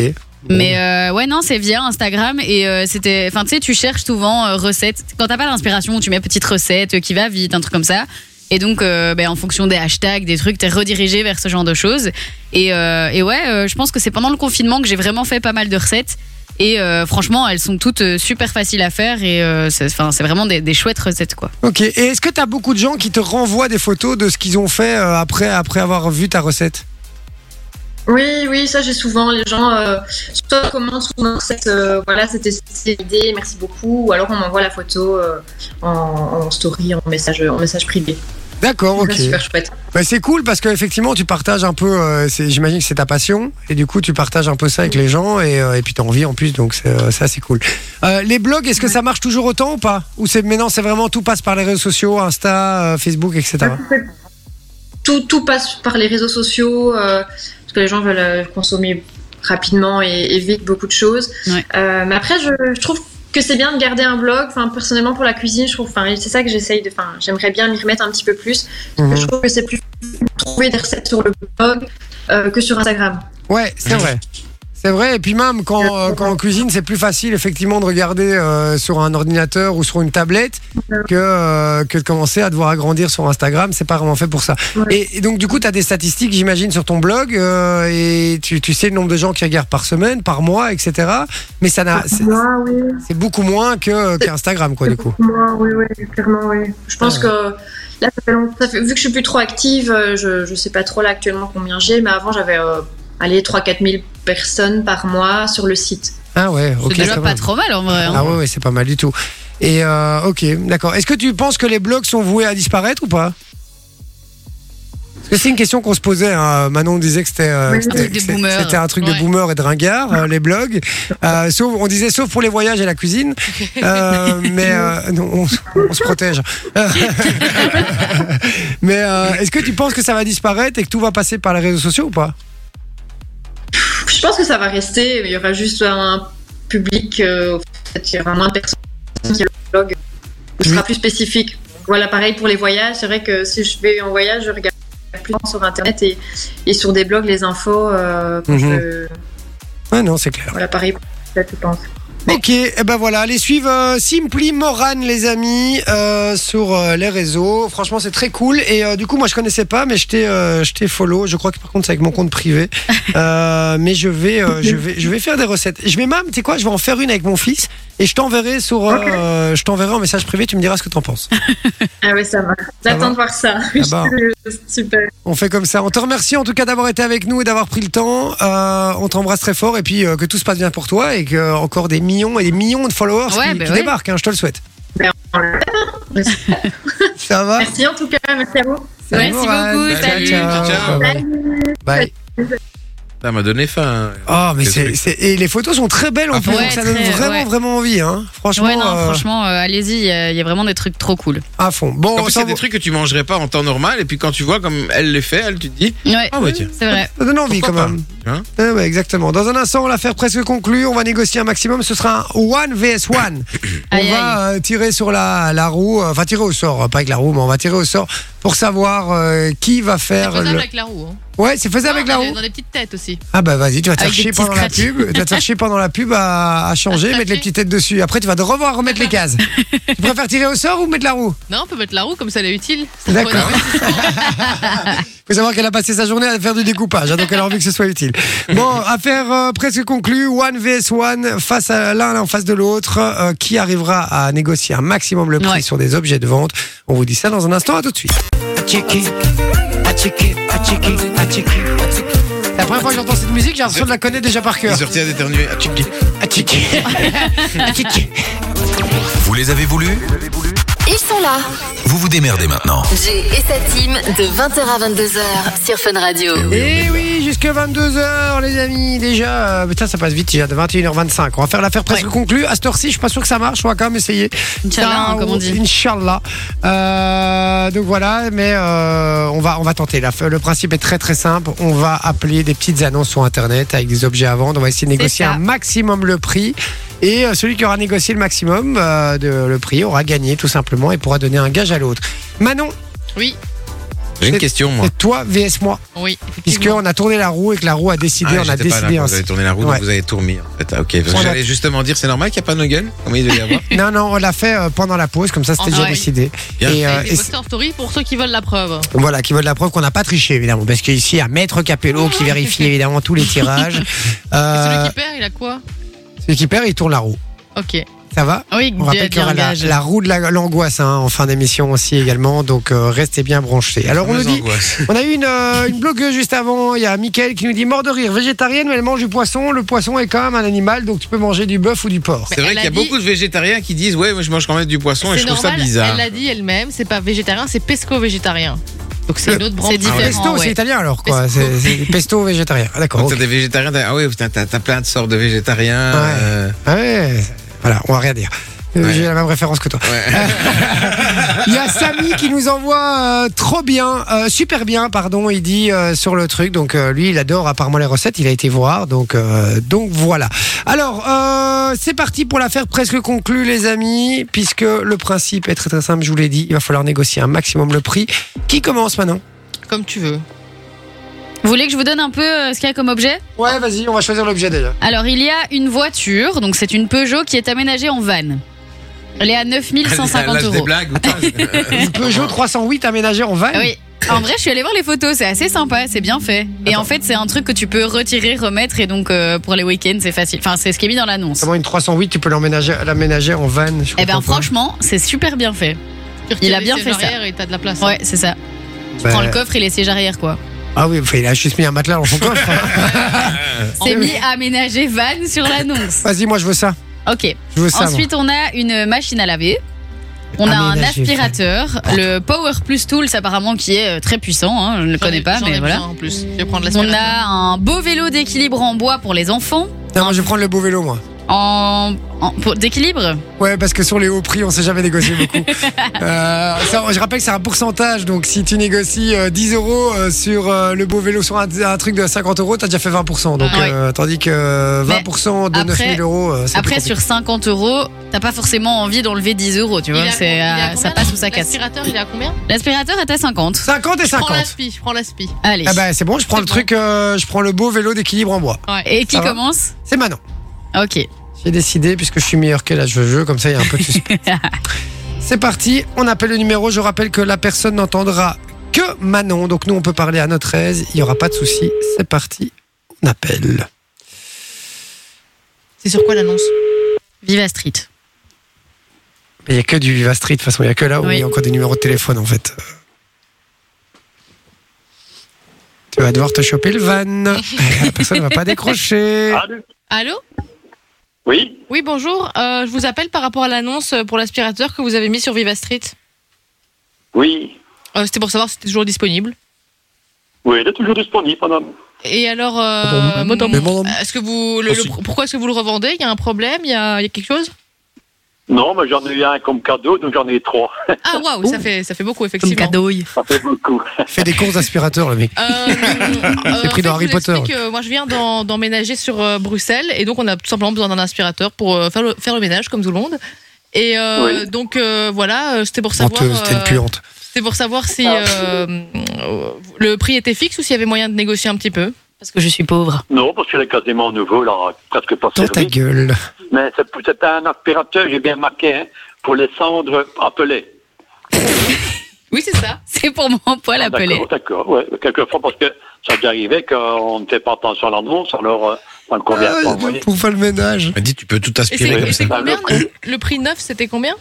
[SPEAKER 4] Mais euh, ouais non, c'est via Instagram et euh, c'était enfin tu sais tu cherches souvent euh, recettes quand t'as pas d'inspiration, tu mets petite recette euh, qui va vite, un truc comme ça. Et donc euh, ben, en fonction des hashtags, des trucs, t'es redirigé vers ce genre de choses. Et, euh, et ouais, euh, je pense que c'est pendant le confinement que j'ai vraiment fait pas mal de recettes. Et euh, franchement, elles sont toutes euh, super faciles à faire et euh, c'est 'fin, c'est vraiment des, des chouettes recettes quoi.
[SPEAKER 3] Ok. Et est-ce que t'as beaucoup de gens qui te renvoient des photos de ce qu'ils ont fait euh, après, après avoir vu ta recette
[SPEAKER 6] Oui, oui, ça, j'ai souvent les gens, euh, soit commencent ou ma recette, euh, voilà, c'était cette idée, merci beaucoup, ou alors on m'envoie la photo euh, en, en story, en message, en message privé.
[SPEAKER 3] D'accord, ok.
[SPEAKER 6] Ça, super chouette.
[SPEAKER 3] Bah, c'est cool parce qu'effectivement, tu partages un peu. euh, c'est- J'imagine que c'est ta passion. Et du coup, tu partages un peu ça avec les gens. Et, euh, et puis, t'as envie en plus. Donc, c'est, euh, ça, c'est cool. Euh, les blogs, est-ce que ça marche toujours autant ou pas Ou c'est maintenant, c'est vraiment tout passe par les réseaux sociaux, Insta, euh, Facebook, etc.
[SPEAKER 6] Tout, tout passe par les réseaux sociaux, euh, parce que les gens veulent euh, consommer rapidement et, et vite beaucoup de choses.
[SPEAKER 4] Ouais.
[SPEAKER 6] Euh, mais après, je, je trouve que c'est bien de garder un blog. Enfin, personnellement, pour la cuisine, je trouve, enfin, c'est ça que j'essaye de. Enfin, j'aimerais bien m'y remettre un petit peu plus.
[SPEAKER 3] Mhm.
[SPEAKER 6] Je trouve que c'est plus facile de trouver des recettes euh, sur le blog euh, que sur Instagram.
[SPEAKER 3] Ouais, c'est vrai. C'est vrai, et puis même quand, euh, quand on cuisine, c'est plus facile effectivement de regarder euh, sur un ordinateur ou sur une tablette que, euh, que de commencer à devoir agrandir sur Instagram. C'est pas vraiment fait pour ça.
[SPEAKER 6] Ouais.
[SPEAKER 3] Et, et donc, du coup, tu as des statistiques, j'imagine, sur ton blog euh, et tu, tu sais le nombre de gens qui regardent par semaine, par mois, etc. Mais ça n'a, c'est,
[SPEAKER 6] Moi, oui.
[SPEAKER 3] c'est beaucoup moins que, qu'Instagram, quoi, du coup.
[SPEAKER 6] Moi, oui, oui, clairement, oui. Je pense
[SPEAKER 3] Ah
[SPEAKER 6] que là, ça fait longtemps- ça fait- vu que je suis plus trop active, euh, je, je sais pas trop là actuellement combien j'ai, mais avant j'avais euh, allez 3-4 000 personnes par mois sur le site.
[SPEAKER 3] Ah ouais, ok.
[SPEAKER 4] C'est déjà
[SPEAKER 3] ça
[SPEAKER 4] pas
[SPEAKER 3] va.
[SPEAKER 4] trop mal en vrai. hein.
[SPEAKER 3] Ah ouais, ouais, c'est pas mal du tout. Et euh, ok, d'accord. Est-ce que tu penses que les blogs sont voués à disparaître ou pas Parce que c'est une question qu'on se posait. hein. Manon disait que c'était euh,
[SPEAKER 6] Oui,
[SPEAKER 3] que c'était-
[SPEAKER 4] truc de
[SPEAKER 3] que c'était-
[SPEAKER 4] boomer.
[SPEAKER 3] c'était un truc de
[SPEAKER 5] Ouais.
[SPEAKER 3] boomer et de ringard, euh, les blogs. Euh, sauf, on disait sauf pour les voyages et la cuisine. Euh, mais euh, non, on, s- on se protège. [LAUGHS] mais euh, est-ce que tu penses que ça va disparaître et que tout va passer par les réseaux sociaux ou pas
[SPEAKER 6] Je pense que ça va rester, mais il y aura juste un public, euh, peut-être qu'il y aura moins de personnes qui le blog, ce sera plus spécifique. Voilà, pareil pour les voyages, c'est vrai que si je vais en voyage, je regarde plus sur internet et, et sur des blogs les infos. euh, quand
[SPEAKER 3] Mhm.
[SPEAKER 6] je-
[SPEAKER 3] Ouais, non, c'est clair.
[SPEAKER 6] voilà, pareil pour ça, je pense.
[SPEAKER 3] Ok, et ben voilà, allez suivre euh, Simply Moran les amis euh, sur euh, les réseaux. Franchement, c'est très cool. Et euh, du coup, moi je connaissais pas, mais je t'ai euh, je t'ai follow. Je crois que par contre c'est avec mon compte privé. Euh, mais je vais euh, je vais je vais faire des recettes. Je vais même, tu sais quoi, je vais en faire une avec mon fils et je t'enverrai sur euh, je t'enverrai en message privé. Tu me diras ce que t'en penses.
[SPEAKER 6] Ah oui, ça va.
[SPEAKER 3] va
[SPEAKER 6] J'attends de voir ça.
[SPEAKER 8] Ah
[SPEAKER 6] [LAUGHS]
[SPEAKER 3] bah.
[SPEAKER 6] Super.
[SPEAKER 3] On fait comme ça. On te remercie en tout cas d'avoir été avec nous et d'avoir pris le temps. Euh, on t'embrasse très fort et puis euh, que tout se passe bien pour toi et que euh, encore des millions et des millions de followers
[SPEAKER 4] Ouais,
[SPEAKER 3] qui,
[SPEAKER 4] bah
[SPEAKER 3] qui
[SPEAKER 4] ouais.
[SPEAKER 3] débarquent. hein, je te le
[SPEAKER 4] [LAUGHS]
[SPEAKER 3] souhaite.
[SPEAKER 6] Merci
[SPEAKER 3] Ça
[SPEAKER 8] Ah.
[SPEAKER 3] va.
[SPEAKER 6] Merci en tout cas, merci à vous.
[SPEAKER 3] Salut,
[SPEAKER 4] Merci
[SPEAKER 3] Morane.
[SPEAKER 4] beaucoup,
[SPEAKER 7] salut.
[SPEAKER 3] Ciao, ciao.
[SPEAKER 7] Ciao.
[SPEAKER 3] Bye. Bye.
[SPEAKER 7] Ça m'a donné faim. hein.
[SPEAKER 3] Oh, mais
[SPEAKER 7] Qu'est-ce
[SPEAKER 3] c'est,
[SPEAKER 7] que-
[SPEAKER 3] c'est- et les photos sont très belles en
[SPEAKER 7] Ah
[SPEAKER 3] plus,
[SPEAKER 4] bon
[SPEAKER 3] donc ça
[SPEAKER 4] Ouais,
[SPEAKER 3] donne
[SPEAKER 4] très,
[SPEAKER 3] vraiment,
[SPEAKER 4] ouais.
[SPEAKER 3] vraiment envie, hein. Franchement,
[SPEAKER 4] Ouais, non,
[SPEAKER 3] euh,
[SPEAKER 4] franchement, euh, allez-y, il y, a il y a vraiment des trucs trop cool.
[SPEAKER 3] à fond. Bon,
[SPEAKER 7] En plus,
[SPEAKER 3] Oh, ça
[SPEAKER 7] c'est des
[SPEAKER 3] vaut-
[SPEAKER 7] trucs que tu mangerais pas en temps normal. Et puis quand tu vois comme elle les fait, elle, tu te dis.
[SPEAKER 4] Ouais,
[SPEAKER 7] Ah ouais, tiens.
[SPEAKER 4] c'est vrai.
[SPEAKER 3] ça donne envie quand
[SPEAKER 7] Pourquoi
[SPEAKER 3] même.
[SPEAKER 7] Hein
[SPEAKER 3] Ah ouais, exactement. Dans un instant, l'affaire presque conclue. On va négocier un maximum. Ce sera un one vs
[SPEAKER 4] [COUGHS]
[SPEAKER 3] one. on
[SPEAKER 4] Aïe,
[SPEAKER 3] va euh, tirer sur la, la roue, euh, enfin tirer au sort, euh, pas avec la roue, mais on va tirer au sort pour savoir euh, qui va
[SPEAKER 5] C'est
[SPEAKER 3] faire.
[SPEAKER 5] faisable
[SPEAKER 3] le-
[SPEAKER 5] avec la roue. hein.
[SPEAKER 3] Ouais, c'est faisable avec la
[SPEAKER 5] dans des-
[SPEAKER 3] roue.
[SPEAKER 5] Dans des petites têtes aussi.
[SPEAKER 3] Ah bah vas-y, tu vas te faire
[SPEAKER 4] Ah, bah, Avec des
[SPEAKER 3] chier
[SPEAKER 4] petits
[SPEAKER 3] pendant la
[SPEAKER 4] scratchs. Ah,
[SPEAKER 3] pub, tu vas te faire chier pendant la pub à, à changer,
[SPEAKER 5] À
[SPEAKER 3] mettre les
[SPEAKER 5] scratcher.
[SPEAKER 3] petites têtes dessus. Après, tu vas te revoir remettre les
[SPEAKER 4] [LAUGHS]
[SPEAKER 3] cases. tu préfères tirer au sort ou mettre la roue
[SPEAKER 5] Non, on peut mettre la roue comme ça, elle est utile. Ça
[SPEAKER 3] D'accord.
[SPEAKER 5] prend un-
[SPEAKER 3] [LAUGHS] faut savoir qu'elle a passé sa journée à faire du découpage, hein, donc elle a envie que ce soit utile. Bon, affaire euh, presque conclue, one vs one, face à l'un en face de l'autre, euh, qui arrivera à négocier un maximum le prix
[SPEAKER 4] Ouais.
[SPEAKER 3] sur des objets de vente. On vous dit ça dans un instant, à tout de suite. La première fois que j'entends cette musique, j'ai l'impression de la connaître déjà par
[SPEAKER 7] Il
[SPEAKER 3] cœur.
[SPEAKER 7] sortit à d'éternuer. Ah, tu me dis,
[SPEAKER 3] [LAUGHS]
[SPEAKER 2] Vous les avez voulu
[SPEAKER 1] Ils sont là.
[SPEAKER 2] Vous vous démerdez maintenant.
[SPEAKER 1] Jay et sa team de 20h à 22h sur Fun Radio.
[SPEAKER 3] Et Eh oui, jusque 22h, les amis, déjà. euh, putain, ça passe vite, déjà, de 21h25. On va faire l'affaire presque conclue. À cette heure-ci, je suis pas sûr que ça marche. On va quand même essayer.
[SPEAKER 4] Inch'Allah, hein, comme on dit.
[SPEAKER 3] Inch'Allah. Euh, donc voilà, mais euh, on, va, on va tenter. La- le principe est très très simple. On va appeler des petites annonces sur Internet avec des objets à vendre. On va essayer de négocier
[SPEAKER 4] ça.
[SPEAKER 3] un maximum le prix. Et euh, celui qui aura négocié le maximum euh, de, le prix aura gagné tout simplement et pourra donner un gage à l'autre. Manon,
[SPEAKER 5] Oui,
[SPEAKER 7] J'ai une question, moi.
[SPEAKER 3] c'est toi vs moi.
[SPEAKER 5] oui. effectivement.
[SPEAKER 3] Puisqu'on a tourné la roue et que la roue a décidé,
[SPEAKER 7] Ah,
[SPEAKER 3] on a
[SPEAKER 7] j'étais pas là
[SPEAKER 3] décidé
[SPEAKER 7] quand
[SPEAKER 3] ainsi.
[SPEAKER 7] vous avez tourné la roue,
[SPEAKER 3] Ouais.
[SPEAKER 7] donc vous avez tout remis. En fait. Ah, ok. Parce
[SPEAKER 3] On
[SPEAKER 7] que
[SPEAKER 3] a-
[SPEAKER 7] j'allais justement dire, c'est normal qu'il n'y a pas de gueule Comment il devait y avoir
[SPEAKER 3] Non, non, on l'a fait euh, pendant la pause, comme ça c'était
[SPEAKER 5] Ah
[SPEAKER 3] déjà
[SPEAKER 5] ouais.
[SPEAKER 3] décidé.
[SPEAKER 7] Bien.
[SPEAKER 3] Et, euh,
[SPEAKER 5] Avec
[SPEAKER 3] et
[SPEAKER 5] des posters story pour ceux qui veulent la preuve.
[SPEAKER 3] c'est- voilà, qui veut de la preuve qu'on n'a pas triché évidemment, parce qu'ici il y a Maître Capello
[SPEAKER 5] [LAUGHS]
[SPEAKER 3] qui vérifie évidemment tous les tirages.
[SPEAKER 5] Et
[SPEAKER 3] Euh,
[SPEAKER 5] Celui qui perd, il a quoi
[SPEAKER 3] celui qui perd, il tourne la roue.
[SPEAKER 5] Ok. Ah
[SPEAKER 3] Ça va
[SPEAKER 4] Oui,
[SPEAKER 3] on rappelle qu'il y aura la, la roue de la- l'angoisse hein, en fin d'émission aussi également, donc euh, restez bien branchés. Alors on nous
[SPEAKER 7] Fameuse
[SPEAKER 3] dit,
[SPEAKER 7] angoisse.
[SPEAKER 3] on a eu une, euh, une blogueuse juste avant, il y a Mickaël qui nous dit mort de rire, végétarienne mais elle mange du poisson, le poisson est quand même un animal donc tu peux manger du bœuf ou du porc.
[SPEAKER 7] C'est vrai
[SPEAKER 5] elle
[SPEAKER 7] qu'il y a
[SPEAKER 5] a dit-
[SPEAKER 7] beaucoup de végétariens qui disent Ouais, moi je mange quand même du poisson et je
[SPEAKER 5] C'est
[SPEAKER 7] trouve
[SPEAKER 5] normal,
[SPEAKER 7] ça bizarre.
[SPEAKER 5] elle l'a dit elle-même, c'est pas végétarien, c'est pesco-végétarien. Donc c'est
[SPEAKER 3] Le-
[SPEAKER 5] une autre branche.
[SPEAKER 4] c'est différent,
[SPEAKER 3] Ah, Pesto,
[SPEAKER 4] ouais.
[SPEAKER 3] c'est italien alors quoi.
[SPEAKER 5] Pesto.
[SPEAKER 3] C'est c'est pesto végétarien. Ah, D'accord.
[SPEAKER 7] Donc
[SPEAKER 3] ok.
[SPEAKER 7] t'as des végétariens, t'as- ah oui, putain, t'as t'as plein de sortes de végétariens.
[SPEAKER 3] Ouais.
[SPEAKER 7] euh,
[SPEAKER 3] Ah ouais, voilà, on va rien dire. Euh,
[SPEAKER 7] Ouais.
[SPEAKER 3] J'ai la même référence que toi.
[SPEAKER 7] ouais.
[SPEAKER 3] [LAUGHS] Il y a Samy qui nous envoie euh, trop bien, euh, super bien, pardon. Il dit euh, sur le truc. Donc euh, lui, il adore apparemment les recettes. Il a été voir. Donc euh, donc voilà. Alors euh, c'est parti pour l'affaire presque conclue, les amis, puisque le principe est très très simple. Je vous l'ai dit, il va falloir négocier un maximum le prix. Qui commence maintenant
[SPEAKER 5] Comme tu veux.
[SPEAKER 4] Vous voulez que je vous donne un peu euh, ce qu'il y a comme objet
[SPEAKER 3] Ouais, vas-y, on va choisir l'objet déjà.
[SPEAKER 4] Alors, il y a une voiture, donc c'est une Peugeot qui est aménagée en van. Elle est à 9150
[SPEAKER 7] Lâche des
[SPEAKER 4] euros. [LAUGHS]
[SPEAKER 7] blagues ou pas
[SPEAKER 3] Une Peugeot 308 aménagée en van.
[SPEAKER 4] Ah Oui. En vrai, je suis allée voir les photos, c'est assez sympa, c'est bien fait. Et en fait, c'est un truc que tu peux retirer, remettre, et donc euh, pour les week-ends, c'est facile. Enfin, c'est ce qui est mis dans l'annonce.
[SPEAKER 3] Comment une 308, tu peux l'emménager- l'aménager en van je
[SPEAKER 4] Eh ben,
[SPEAKER 3] comprends Ah pas.
[SPEAKER 4] franchement, c'est super bien fait.
[SPEAKER 5] Tu retires
[SPEAKER 4] Il a
[SPEAKER 5] les
[SPEAKER 4] bien
[SPEAKER 5] sièges
[SPEAKER 4] fait ça.
[SPEAKER 5] arrière Et t'as de la place. hein.
[SPEAKER 4] Ouais, c'est ça. Tu
[SPEAKER 3] Bah,
[SPEAKER 4] prends le coffre et les sièges arrière, quoi.
[SPEAKER 3] Ah oui, enfin, il a juste mis un matelas dans son
[SPEAKER 4] [LAUGHS]
[SPEAKER 3] coffre. Ah
[SPEAKER 4] C'est mis aménagé van
[SPEAKER 3] [LAUGHS]
[SPEAKER 4] sur l'annonce.
[SPEAKER 3] Vas-y, moi je veux ça.
[SPEAKER 4] Ok.
[SPEAKER 3] Je veux ça.
[SPEAKER 4] Ensuite, on a une machine à laver. On a un
[SPEAKER 3] Aménagé,
[SPEAKER 4] aspirateur, le Power Plus Tools apparemment qui est euh, très puissant, hein, je ne le
[SPEAKER 5] J'en ai-
[SPEAKER 4] connais pas,
[SPEAKER 5] j'en ai
[SPEAKER 4] mais voilà.
[SPEAKER 5] besoin en plus. Je vais prendre la
[SPEAKER 4] On a un beau vélo d'équilibre en bois pour les enfants,
[SPEAKER 3] moi. Non, moi je vais prendre le beau vélo, moi.
[SPEAKER 4] en, en- pour- d'équilibre.
[SPEAKER 3] Ouais, parce que sur les hauts prix, on sait jamais négocier
[SPEAKER 4] [LAUGHS]
[SPEAKER 3] beaucoup. Euh, ça, je rappelle que c'est un pourcentage, donc si tu négocies euh, 10 euros euh, sur euh, le beau vélo, sur un, un truc de 50 euros, t'as déjà fait 20%. Donc,
[SPEAKER 4] Ah ouais.
[SPEAKER 3] euh, tandis que euh, 20% de
[SPEAKER 4] Mais
[SPEAKER 3] 9000 euros, euh, c'est
[SPEAKER 4] Après,
[SPEAKER 3] plus compliqué.
[SPEAKER 4] sur 50 euros, t'as pas forcément envie d'enlever 10 euros, tu vois, c'est, euh, ça passe ou ça casse.
[SPEAKER 5] L'aspirateur, il est à combien
[SPEAKER 4] L'aspirateur est à 50.
[SPEAKER 3] 50 et
[SPEAKER 5] Je prends
[SPEAKER 3] 50.
[SPEAKER 5] l'aspi, je prends l'aspi.
[SPEAKER 4] Allez.
[SPEAKER 3] Ah bah c'est bon, je prends
[SPEAKER 5] C'est
[SPEAKER 3] le
[SPEAKER 5] bon.
[SPEAKER 3] truc, euh, je prends le beau vélo d'équilibre en bois.
[SPEAKER 4] Et qui
[SPEAKER 3] Ça va
[SPEAKER 4] commence
[SPEAKER 3] C'est maintenant.
[SPEAKER 4] Ok.
[SPEAKER 3] J'ai décidé, puisque je suis meilleur qu'elle à ce jeu, comme ça il y a un peu de
[SPEAKER 5] [LAUGHS]
[SPEAKER 3] suspense. C'est parti, on appelle le numéro. Je rappelle que la personne n'entendra que Manon. Donc nous, on peut parler à notre aise, il n'y aura pas de souci. C'est parti, on appelle.
[SPEAKER 5] C'est sur quoi l'annonce
[SPEAKER 4] Viva Street.
[SPEAKER 3] Mais Il n'y a que du Viva Street, de toute façon, il n'y a que là où
[SPEAKER 4] Oui.
[SPEAKER 3] il y a encore des numéros de téléphone en fait. Tu vas devoir te choper le van.
[SPEAKER 5] [LAUGHS]
[SPEAKER 3] La personne ne va pas décrocher.
[SPEAKER 5] Ah Allô
[SPEAKER 9] Oui,
[SPEAKER 5] Oui, bonjour. Euh, je vous appelle par rapport à l'annonce pour l'aspirateur que vous avez mis sur Viva Street.
[SPEAKER 9] oui.
[SPEAKER 5] Euh, C'était pour savoir si c'était toujours disponible.
[SPEAKER 9] Oui, elle est toujours disponible, madame.
[SPEAKER 5] Et alors, euh,
[SPEAKER 4] Ah
[SPEAKER 3] Madame, madame. Mais madame.
[SPEAKER 5] est-ce que vous, le- le- pourquoi est-ce que vous le revendez Il y a un problème Il y a, il y a quelque
[SPEAKER 4] [LAUGHS]
[SPEAKER 5] chose
[SPEAKER 9] Non, mais j'en ai eu un comme cadeau, donc j'en ai trois.
[SPEAKER 5] Ah waouh, ça fait, ça fait beaucoup effectivement.
[SPEAKER 9] Ça fait beaucoup.
[SPEAKER 3] Fait des courses d'aspirateur, le mec. [LAUGHS]
[SPEAKER 5] Euh, euh,
[SPEAKER 3] C'est
[SPEAKER 5] en
[SPEAKER 3] pris
[SPEAKER 5] fait,
[SPEAKER 3] dans
[SPEAKER 5] je
[SPEAKER 3] Harry
[SPEAKER 5] vous
[SPEAKER 3] Potter.
[SPEAKER 5] explique, euh, moi, je viens d'en- d'emménager sur euh, Bruxelles et donc on a tout simplement besoin d'un aspirateur pour euh, faire, le, faire le ménage comme tout le monde. Et euh,
[SPEAKER 9] Oui.
[SPEAKER 5] donc euh, voilà, euh, c'était pour savoir,
[SPEAKER 3] Menteuse, t'es une
[SPEAKER 5] euh,
[SPEAKER 3] puante.
[SPEAKER 5] c'était pour savoir si
[SPEAKER 9] Ah.
[SPEAKER 5] euh, euh, le prix était fixe ou s'il y avait moyen de négocier un petit peu.
[SPEAKER 4] Parce que je suis pauvre.
[SPEAKER 9] Non, parce qu'elle est quasiment nouveau, là, presque pas
[SPEAKER 3] Dans ta
[SPEAKER 9] servi.
[SPEAKER 3] gueule.
[SPEAKER 9] Mais c'est pour- c'est un aspirateur, j'ai bien marqué, hein, pour les cendres appelées.
[SPEAKER 5] Oui, c'est ça.
[SPEAKER 4] C'est pour mon poil appelé.
[SPEAKER 9] D'accord, d'accord. Ouais, quelquefois, parce que ça peut arriver qu'on ne fait pas attention à l'annonce, alors euh, ça ne convient pas. vous voyez.
[SPEAKER 3] Ah pour faire le ménage.
[SPEAKER 7] Elle dit, tu peux tout
[SPEAKER 5] Et c'est
[SPEAKER 7] aspirer
[SPEAKER 9] Oui.
[SPEAKER 7] comme
[SPEAKER 5] et
[SPEAKER 7] ça.
[SPEAKER 5] c'est combien
[SPEAKER 9] Bah, le
[SPEAKER 5] Le prix neuf, c'était combien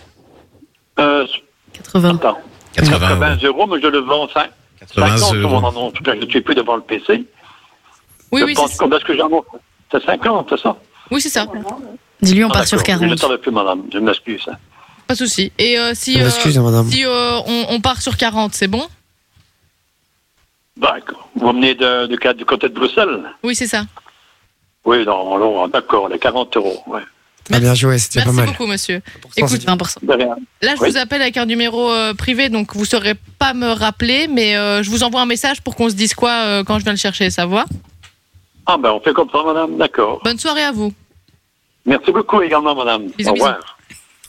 [SPEAKER 9] Euh,
[SPEAKER 4] 80.
[SPEAKER 9] attends,
[SPEAKER 7] 80
[SPEAKER 9] 80
[SPEAKER 7] euros.
[SPEAKER 9] euros, mais je le vends 5,
[SPEAKER 7] 80
[SPEAKER 9] 50 sur mon
[SPEAKER 7] euros.
[SPEAKER 9] annonce. Je ne suis plus devant le PC.
[SPEAKER 5] Oui,
[SPEAKER 9] je
[SPEAKER 5] oui,
[SPEAKER 9] pense
[SPEAKER 5] c'est-
[SPEAKER 9] combien est-ce que j'annonce C'est 50, c'est ça
[SPEAKER 5] oui, c'est ça.
[SPEAKER 4] Dis-lui, on
[SPEAKER 9] Ah,
[SPEAKER 4] part sur
[SPEAKER 9] d'accord. Je ne
[SPEAKER 4] 40.
[SPEAKER 9] savais plus, madame. Je m'excuse. hein.
[SPEAKER 5] Pas de souci. Et euh, si, euh,
[SPEAKER 3] Excusez, hein, madame.
[SPEAKER 5] si euh, on, on part sur 40, c'est bon
[SPEAKER 9] D'accord. Bah, Vous venez de, de- du côté de Bruxelles
[SPEAKER 5] Oui, c'est ça.
[SPEAKER 9] Oui, non, non, d'accord, les 40 euros. Ouais.
[SPEAKER 3] Ah, bien joué, c'était pas
[SPEAKER 5] Merci
[SPEAKER 3] mal.
[SPEAKER 5] beaucoup, monsieur.
[SPEAKER 3] c'est
[SPEAKER 5] Écoute,
[SPEAKER 3] bien.
[SPEAKER 4] hein.
[SPEAKER 5] 20%.
[SPEAKER 9] De Ben, rien.
[SPEAKER 5] Là, je
[SPEAKER 9] Oui.
[SPEAKER 5] vous appelle avec un numéro euh, privé, donc vous saurez pas me rappeler, mais euh, je vous envoie un message pour qu'on se dise quoi euh, quand je viens le chercher, ça vous va
[SPEAKER 9] Ah, ben, on fait comme ça, madame. D'accord.
[SPEAKER 5] Bonne soirée à vous.
[SPEAKER 9] Merci beaucoup également, madame.
[SPEAKER 5] Bisous,
[SPEAKER 9] Au
[SPEAKER 5] bisous.
[SPEAKER 9] revoir.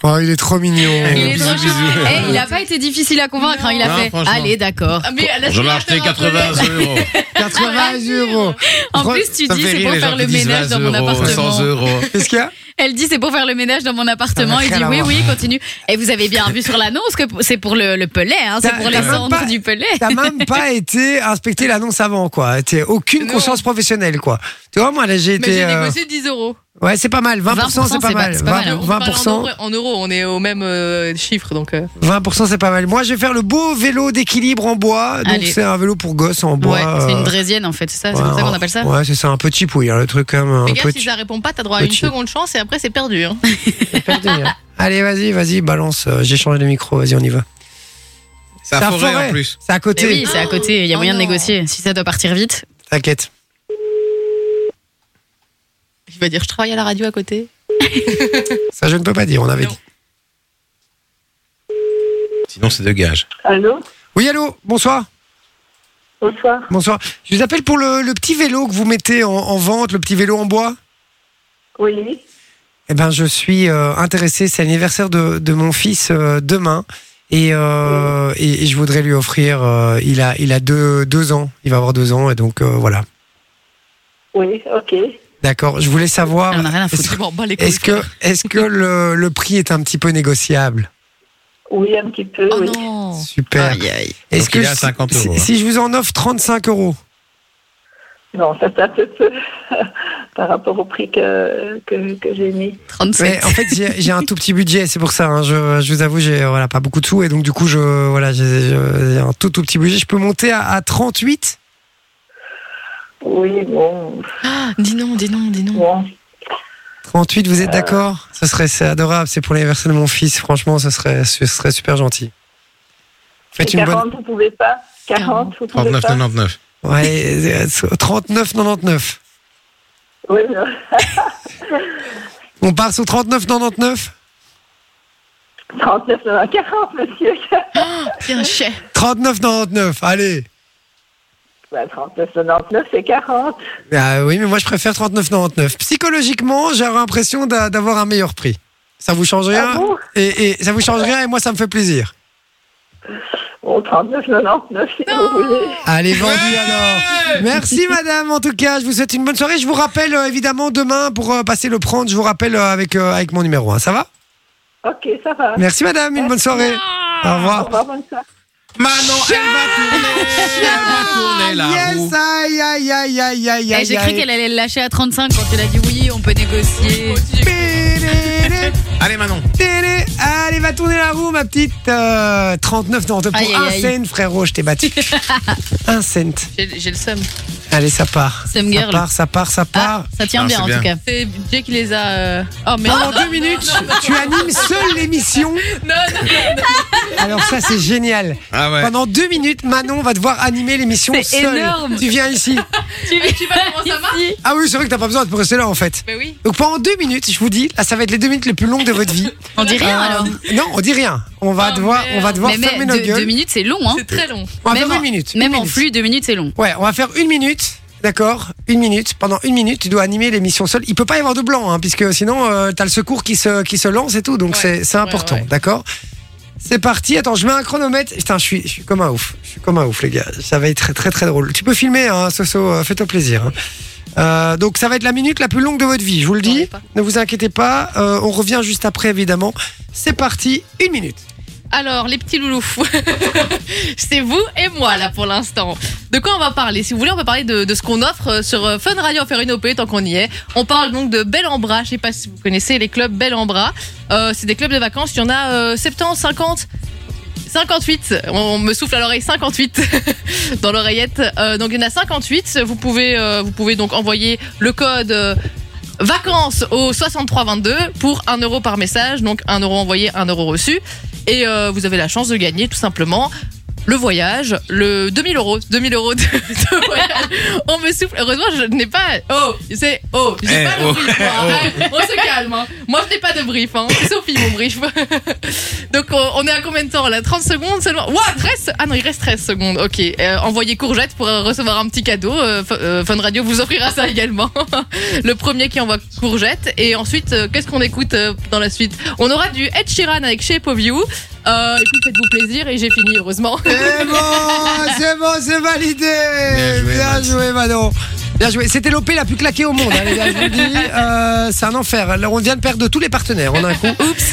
[SPEAKER 3] Oh, il est trop mignon.
[SPEAKER 4] Il est
[SPEAKER 7] Bisous,
[SPEAKER 4] trop
[SPEAKER 7] bisous.
[SPEAKER 4] chou- Eh, il a pas été difficile à convaincre, hein, il a
[SPEAKER 7] Non,
[SPEAKER 4] fait.
[SPEAKER 7] franchement.
[SPEAKER 4] Allez, d'accord.
[SPEAKER 5] Ah, mais
[SPEAKER 7] J'en ai acheté 80 euros.
[SPEAKER 3] 80 euros.
[SPEAKER 4] En
[SPEAKER 3] Re-
[SPEAKER 4] plus, tu
[SPEAKER 7] Ça
[SPEAKER 4] dis
[SPEAKER 7] fait
[SPEAKER 4] c'est
[SPEAKER 7] rire
[SPEAKER 4] pour
[SPEAKER 7] les
[SPEAKER 4] faire
[SPEAKER 7] gens
[SPEAKER 4] le
[SPEAKER 7] qui disent
[SPEAKER 4] ménage
[SPEAKER 7] 20
[SPEAKER 4] dans mon
[SPEAKER 7] euros, 100
[SPEAKER 4] appartement.
[SPEAKER 7] euros.
[SPEAKER 3] Qu'est-ce qu'il y a
[SPEAKER 4] Elle dit c'est pour faire le ménage dans mon
[SPEAKER 3] Ça
[SPEAKER 4] appartement.
[SPEAKER 3] n'a
[SPEAKER 4] Il
[SPEAKER 3] rien
[SPEAKER 4] dit
[SPEAKER 3] à
[SPEAKER 4] oui,
[SPEAKER 3] voir.
[SPEAKER 4] oui, continue. Et vous avez bien vu sur l'annonce que c'est pour le, le pelet, hein, c'est
[SPEAKER 3] T'as-
[SPEAKER 4] pour
[SPEAKER 3] t'as
[SPEAKER 4] les
[SPEAKER 3] même
[SPEAKER 4] cendres
[SPEAKER 3] pas-
[SPEAKER 4] du pelet.
[SPEAKER 3] T'as même
[SPEAKER 4] [LAUGHS]
[SPEAKER 3] pas été inspecter l'annonce avant, quoi. T'as aucune
[SPEAKER 5] Non.
[SPEAKER 3] conscience professionnelle, quoi. Tu vois, moi, là, j'ai
[SPEAKER 5] Mais j'ai
[SPEAKER 3] été. euh,
[SPEAKER 5] négocié 10 euros.
[SPEAKER 3] Ouais, c'est pas mal. 20%,
[SPEAKER 4] 20%,
[SPEAKER 3] c'est pas,
[SPEAKER 4] c'est pas-
[SPEAKER 3] mal.
[SPEAKER 4] c'est pas mal, hein.
[SPEAKER 5] On
[SPEAKER 3] 20%,
[SPEAKER 5] parle en, euros- en euros, on est au même euh, chiffre, donc. euh,
[SPEAKER 3] 20%, c'est pas mal. Moi, je vais faire le beau vélo d'équilibre en bois. Donc,
[SPEAKER 4] Allez.
[SPEAKER 3] c'est un vélo pour gosse en bois.
[SPEAKER 4] Ouais, c'est une
[SPEAKER 3] euh,
[SPEAKER 4] draisienne en fait, c'est ça, c'est
[SPEAKER 3] ouais,
[SPEAKER 4] comme ça qu'on appelle ça.
[SPEAKER 3] Ouais, c'est ça, un petit pouille, hein, le truc quand même.
[SPEAKER 5] Fais
[SPEAKER 3] Un
[SPEAKER 5] gaffe, si
[SPEAKER 3] petit...
[SPEAKER 5] ça répond pas, t'as droit à une
[SPEAKER 3] petit.
[SPEAKER 5] seconde chance et après c'est perdu. hein.
[SPEAKER 3] perdu, hein. [LAUGHS] Allez, vas-y, vas-y, balance. euh, J'ai changé de micro, vas-y, on y va.
[SPEAKER 7] C'est
[SPEAKER 3] C'est
[SPEAKER 7] à
[SPEAKER 3] à
[SPEAKER 7] forêt
[SPEAKER 3] Forêt.
[SPEAKER 7] en plus.
[SPEAKER 3] C'est à
[SPEAKER 4] Mais
[SPEAKER 3] côté.
[SPEAKER 4] Eh oui, c'est à côté, il
[SPEAKER 10] Ah
[SPEAKER 4] y a
[SPEAKER 5] Oh
[SPEAKER 4] moyen de
[SPEAKER 5] non.
[SPEAKER 4] négocier. Si ça doit partir vite.
[SPEAKER 3] T'inquiète.
[SPEAKER 5] Il va dire, je travaille à la radio à côté.
[SPEAKER 3] Ça, je ne peux pas dire, on avait
[SPEAKER 5] Non.
[SPEAKER 3] dit.
[SPEAKER 7] Sinon, c'est de gage.
[SPEAKER 10] Allô
[SPEAKER 3] Oui, allô, bonsoir.
[SPEAKER 10] Bonsoir.
[SPEAKER 3] Bonsoir. Je vous appelle pour le, le petit vélo que vous mettez en, en vente, le petit vélo en bois.
[SPEAKER 10] Oui.
[SPEAKER 3] Eh ben, je suis euh, intéressé. C'est l'anniversaire de, de mon fils euh, demain. Et, euh, et, et je voudrais lui offrir. euh, il a, il a deux, deux ans. Il va avoir deux ans. Et donc, euh, voilà.
[SPEAKER 10] Oui, ok.
[SPEAKER 3] D'accord. Je voulais savoir.
[SPEAKER 4] On a rien à
[SPEAKER 5] Je
[SPEAKER 4] foutre.
[SPEAKER 5] m'en bats les couilles.
[SPEAKER 3] Est-ce que, est-ce que le, le prix est un petit peu négociable
[SPEAKER 10] Oui, un petit peu,
[SPEAKER 5] Oh
[SPEAKER 10] oui.
[SPEAKER 5] non
[SPEAKER 3] Super.
[SPEAKER 4] Aïe, aïe.
[SPEAKER 3] Est-ce
[SPEAKER 7] Donc, il est à
[SPEAKER 3] si-
[SPEAKER 7] 50 euros,
[SPEAKER 3] si,
[SPEAKER 7] hein.
[SPEAKER 3] si je vous en offre 35 euros
[SPEAKER 10] Non, ça [LAUGHS] c'est un peu peu par rapport au prix que, que, que j'ai mis.
[SPEAKER 4] 37.
[SPEAKER 3] Mais en fait, j'ai j'ai un tout petit budget, c'est pour ça. hein. je, je vous avoue, j'ai euh, voilà pas beaucoup de sous et donc du coup, je voilà, j'ai j'ai un tout tout petit budget. Je peux monter à, à 38.
[SPEAKER 10] Oui, bon,
[SPEAKER 5] Ah, Dis non, dis non, dis non.
[SPEAKER 10] bon.
[SPEAKER 3] 38, vous êtes
[SPEAKER 10] Euh.
[SPEAKER 3] d'accord Ce serait c'est adorable. C'est pour l'anniversaire de mon fils. Franchement, ce serait ce serait super gentil. Faites
[SPEAKER 10] Et
[SPEAKER 3] une
[SPEAKER 10] 40,
[SPEAKER 3] bonne.
[SPEAKER 10] vous pouvez pas 40, vous pouvez
[SPEAKER 7] 39,
[SPEAKER 10] pas
[SPEAKER 7] 99.
[SPEAKER 3] Ouais, euh, 39,99.
[SPEAKER 10] Oui, non.
[SPEAKER 3] On part sous 39,99
[SPEAKER 10] 39, non, 40, monsieur.
[SPEAKER 5] Tiens, chais.
[SPEAKER 3] 39,99. Allez.
[SPEAKER 10] Bah, 39, 99, c'est 40.
[SPEAKER 3] Ah oui, mais moi je préfère 39,99. Psychologiquement, j'ai l'impression d'a- d'avoir un meilleur prix. Ça vous change rien
[SPEAKER 10] Ah bon
[SPEAKER 3] et, et ça vous change rien et moi ça me fait plaisir.
[SPEAKER 10] Bon, 39, 99, si vous voulez.
[SPEAKER 3] Allez, vendu alors. Merci madame, en tout cas, je vous souhaite une bonne soirée. Je vous rappelle euh, évidemment demain pour euh, passer le prendre, je vous rappelle euh, avec, euh, avec mon numéro 1. Ça va
[SPEAKER 10] Ok, ça va.
[SPEAKER 3] Merci madame, une bonne soirée. Au
[SPEAKER 10] Au
[SPEAKER 3] revoir.
[SPEAKER 10] revoir, bonne soirée.
[SPEAKER 7] Manon, elle va tourner, elle va tourner la roue.
[SPEAKER 3] Yes, aïe, aïe, aïe, aïe, aïe,
[SPEAKER 4] Eh,
[SPEAKER 3] aïe.
[SPEAKER 4] J'ai cru qu'elle allait le lâcher à 35 quand elle a dit oui, on peut négocier.
[SPEAKER 3] Télé,
[SPEAKER 7] Allez Manon.
[SPEAKER 3] télé. Allez, va tourner la roue, ma petite. euh, 39 dans pour
[SPEAKER 4] Aïe, aïe,
[SPEAKER 3] un
[SPEAKER 4] aïe.
[SPEAKER 3] cent, frérot, je t'ai
[SPEAKER 4] [LAUGHS]
[SPEAKER 3] battu. un cent.
[SPEAKER 5] J'ai j'ai le seum.
[SPEAKER 3] Allez, ça part.
[SPEAKER 4] Some
[SPEAKER 3] ça
[SPEAKER 4] girl.
[SPEAKER 3] part, ça part, ça
[SPEAKER 4] Ah,
[SPEAKER 3] part.
[SPEAKER 4] ça tient
[SPEAKER 7] Ah,
[SPEAKER 4] bien
[SPEAKER 7] c'est
[SPEAKER 4] en
[SPEAKER 7] bien.
[SPEAKER 4] tout cas.
[SPEAKER 5] C'est Jay qui les a. euh, Oh merde.
[SPEAKER 3] Pendant deux minutes,
[SPEAKER 4] Ah.
[SPEAKER 3] tu animes seule
[SPEAKER 4] [LAUGHS]
[SPEAKER 3] l'émission.
[SPEAKER 5] Non, non,
[SPEAKER 3] Alors ça, c'est génial.
[SPEAKER 7] Ah ouais.
[SPEAKER 3] Pendant deux minutes, Manon va devoir animer l'émission
[SPEAKER 4] C'est
[SPEAKER 3] seule.
[SPEAKER 4] énorme.
[SPEAKER 3] Tu viens ici.
[SPEAKER 5] tu tu vois comment ça marche
[SPEAKER 3] Ah oui, c'est vrai que t'as pas besoin de rester là en fait.
[SPEAKER 5] Mais oui.
[SPEAKER 3] Donc pendant deux minutes, je vous dis, là, ça va être les deux minutes les plus longues de votre vie.
[SPEAKER 4] On dit rien
[SPEAKER 3] Euh,
[SPEAKER 4] alors.
[SPEAKER 3] Non, on dit rien. On va
[SPEAKER 5] Oh,
[SPEAKER 3] devoir, on va
[SPEAKER 5] merde.
[SPEAKER 3] devoir
[SPEAKER 4] mais
[SPEAKER 3] fermer
[SPEAKER 4] mais
[SPEAKER 3] nos
[SPEAKER 4] deux, deux
[SPEAKER 3] gueules.
[SPEAKER 4] minutes, c'est long, hein.
[SPEAKER 5] C'est très long.
[SPEAKER 3] on va
[SPEAKER 4] Même
[SPEAKER 3] fermer
[SPEAKER 4] en-
[SPEAKER 3] une minute.
[SPEAKER 4] Même
[SPEAKER 3] une
[SPEAKER 4] en
[SPEAKER 3] minute.
[SPEAKER 4] flux, deux minutes, c'est long.
[SPEAKER 3] Ouais, on va faire une minute. D'accord, une minute. Pendant une minute, tu dois animer l'émission seule. Il peut pas y avoir de blanc, hein, puisque sinon euh, t'as le secours qui se qui se lance et tout. Donc
[SPEAKER 5] Ouais,
[SPEAKER 3] c'est c'est important,
[SPEAKER 5] ouais.
[SPEAKER 3] d'accord. C'est parti. Attends, je mets un chronomètre. Putain, je suis je suis comme un ouf. Je suis comme un ouf, les gars. Ça va être très très très drôle. Tu peux filmer, hein, Soso. euh, Fais-toi plaisir. hein. Euh, donc ça va être la minute la plus longue de votre vie. Je vous le
[SPEAKER 5] J'en ai
[SPEAKER 3] dis.
[SPEAKER 5] pas.
[SPEAKER 3] Ne vous inquiétez pas. Euh, on revient juste après, évidemment. C'est parti. Une minute.
[SPEAKER 5] Alors, les petits loulous, [LAUGHS] c'est vous et moi là pour l'instant. De quoi on va parler Si vous voulez, on va parler de, de ce qu'on offre euh, sur euh, Fun Radio Ferrinopé tant qu'on y est. On parle donc de Bel en Bras. Je sais pas si vous connaissez les clubs Bel en Bras. Euh, c'est des clubs de vacances. Il y en a euh, 70, 50. 58, on me souffle à l'oreille 58 [LAUGHS] dans l'oreillette. Euh, donc il y en a 58. Vous pouvez, euh, vous pouvez donc envoyer le code euh, vacances au 6322 pour 1 euro par message. Donc 1 euro envoyé, 1 euro reçu et euh, vous avez la chance de gagner tout simplement le voyage, le 2000 euros, 2000 euros de, de voyage. On me souffle. Heureusement, je n'ai pas. Oh, c'est oh, j'ai
[SPEAKER 7] Eh,
[SPEAKER 5] pas
[SPEAKER 7] oh,
[SPEAKER 5] le brief. moi.
[SPEAKER 7] [LAUGHS] eh,
[SPEAKER 5] On se calme. hein. Moi, je n'ai pas de brief. Hein. C'est Sophie mon brief. [LAUGHS] Donc, on, on est à combien de temps là 30 secondes seulement. Ouah, 13 Ah non, il reste 13 secondes. Ok. Euh, envoyez courgette pour euh, recevoir un petit cadeau. Euh, F- euh, Fun Radio vous offrira ça également. [LAUGHS] le premier qui envoie courgette. Et ensuite, euh, qu'est-ce qu'on écoute euh, dans la suite On aura du Ed Sheeran avec Shape of You. Euh, et puis faites-vous plaisir et j'ai fini heureusement.
[SPEAKER 3] C'est bon, c'est bon, c'est validé. Bien
[SPEAKER 7] Bien
[SPEAKER 3] joué,
[SPEAKER 7] joué, Max.
[SPEAKER 3] Manon. Bien joué. C'était l'OP la plus claquée au monde, hein, les gars, je vous le dis. Euh, c'est un enfer. Alors, on vient de perdre tous les partenaires en un coup. Oups.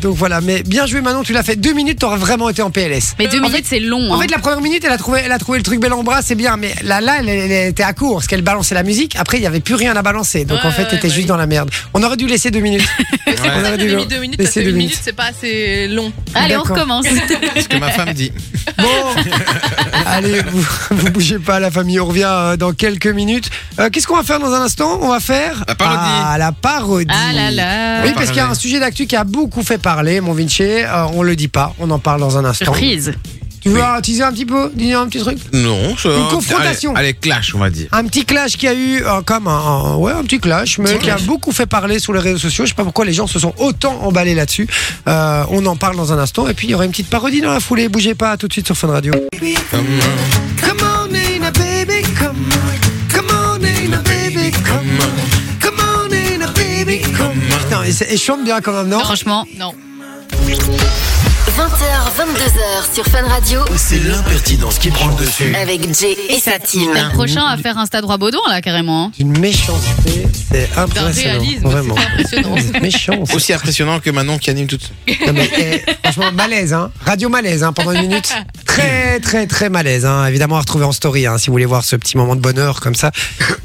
[SPEAKER 3] donc voilà, mais bien joué Manon, tu l'as fait deux minutes, t'aurais vraiment été en PLS.
[SPEAKER 4] Mais deux
[SPEAKER 3] En
[SPEAKER 4] minutes, c'est long.
[SPEAKER 3] En
[SPEAKER 4] hein.
[SPEAKER 3] fait, la première minute, elle a trouvé, elle a trouvé le truc bel en bras, c'est bien, mais là, là, elle, elle était à court parce qu'elle balançait la musique. Après, il n'y avait plus rien à balancer, donc
[SPEAKER 5] Ouais,
[SPEAKER 3] en fait,
[SPEAKER 5] ouais,
[SPEAKER 3] t'étais
[SPEAKER 5] bah
[SPEAKER 3] juste
[SPEAKER 5] oui.
[SPEAKER 3] dans la merde. On aurait dû laisser deux
[SPEAKER 5] [LAUGHS]
[SPEAKER 3] minutes.
[SPEAKER 5] C'est pour
[SPEAKER 3] On
[SPEAKER 5] ça
[SPEAKER 3] aurait
[SPEAKER 5] que
[SPEAKER 3] dû
[SPEAKER 5] [LAUGHS] j'ai mis deux minutes parce que
[SPEAKER 3] laisser deux
[SPEAKER 5] une
[SPEAKER 3] minutes.
[SPEAKER 5] minute c'est pas assez long.
[SPEAKER 4] Allez, on
[SPEAKER 3] D'accord.
[SPEAKER 4] recommence.
[SPEAKER 7] C'est ce que ma femme dit.
[SPEAKER 3] Bon, Oh. allez, vous, vous bougez pas, la famille, on revient euh, dans quelques minutes. Euh, Qu'est-ce qu'on va faire dans un instant On va faire
[SPEAKER 7] La parodie.
[SPEAKER 3] Ah, la parodie.
[SPEAKER 4] Ah là là.
[SPEAKER 3] Oui,
[SPEAKER 7] On va
[SPEAKER 3] parce qu'il y a
[SPEAKER 7] parler.
[SPEAKER 3] un sujet d'actu qui a beaucoup fait parler, mon Vinci. Euh, on le dit pas, on en parle dans un instant.
[SPEAKER 4] Surprise.
[SPEAKER 3] Tu veux teaser un petit peu Dis un petit truc
[SPEAKER 7] Non, ça-
[SPEAKER 3] Une confrontation.
[SPEAKER 7] Allez, allez, clash, on va dire.
[SPEAKER 3] un petit clash qui a eu euh, comme un, un- ouais un petit clash mais
[SPEAKER 7] Petit
[SPEAKER 3] qui a
[SPEAKER 7] clash.
[SPEAKER 3] beaucoup fait parler sur les réseaux sociaux je sais pas pourquoi les gens se sont autant emballés là-dessus Euh, on en parle dans un instant et puis il y aura une petite parodie dans la foulée bougez pas à tout de suite sur Fun Radio
[SPEAKER 7] Comme, euh,
[SPEAKER 3] Come on in, uh, baby, come on. Come on in, uh, baby, come on. Come on in, uh, baby, come on. Putain, et, c'est- et je chante bien quand même, non
[SPEAKER 4] Franchement,
[SPEAKER 5] Non.
[SPEAKER 1] 20h, 22h sur Fun Radio
[SPEAKER 2] C'est l'impertinence qui prend le dessus.
[SPEAKER 1] avec Jay et sa team.
[SPEAKER 4] Le prochain à faire Insta droit Baudon, là, carrément. hein.
[SPEAKER 3] D'une méchanceté, c'est impressionnant.
[SPEAKER 5] réalisme,
[SPEAKER 3] Vraiment.
[SPEAKER 5] c'est impressionnant.
[SPEAKER 3] C'est méchant. ça.
[SPEAKER 7] Aussi impressionnant que Manon qui anime toute seule.
[SPEAKER 3] Non, mais, eh, franchement, malaise, hein. Radio malaise, hein, pendant une minute. Très, très, très malaise, hein. Évidemment, à retrouver en story, hein, si vous voulez voir ce petit moment de bonheur comme ça.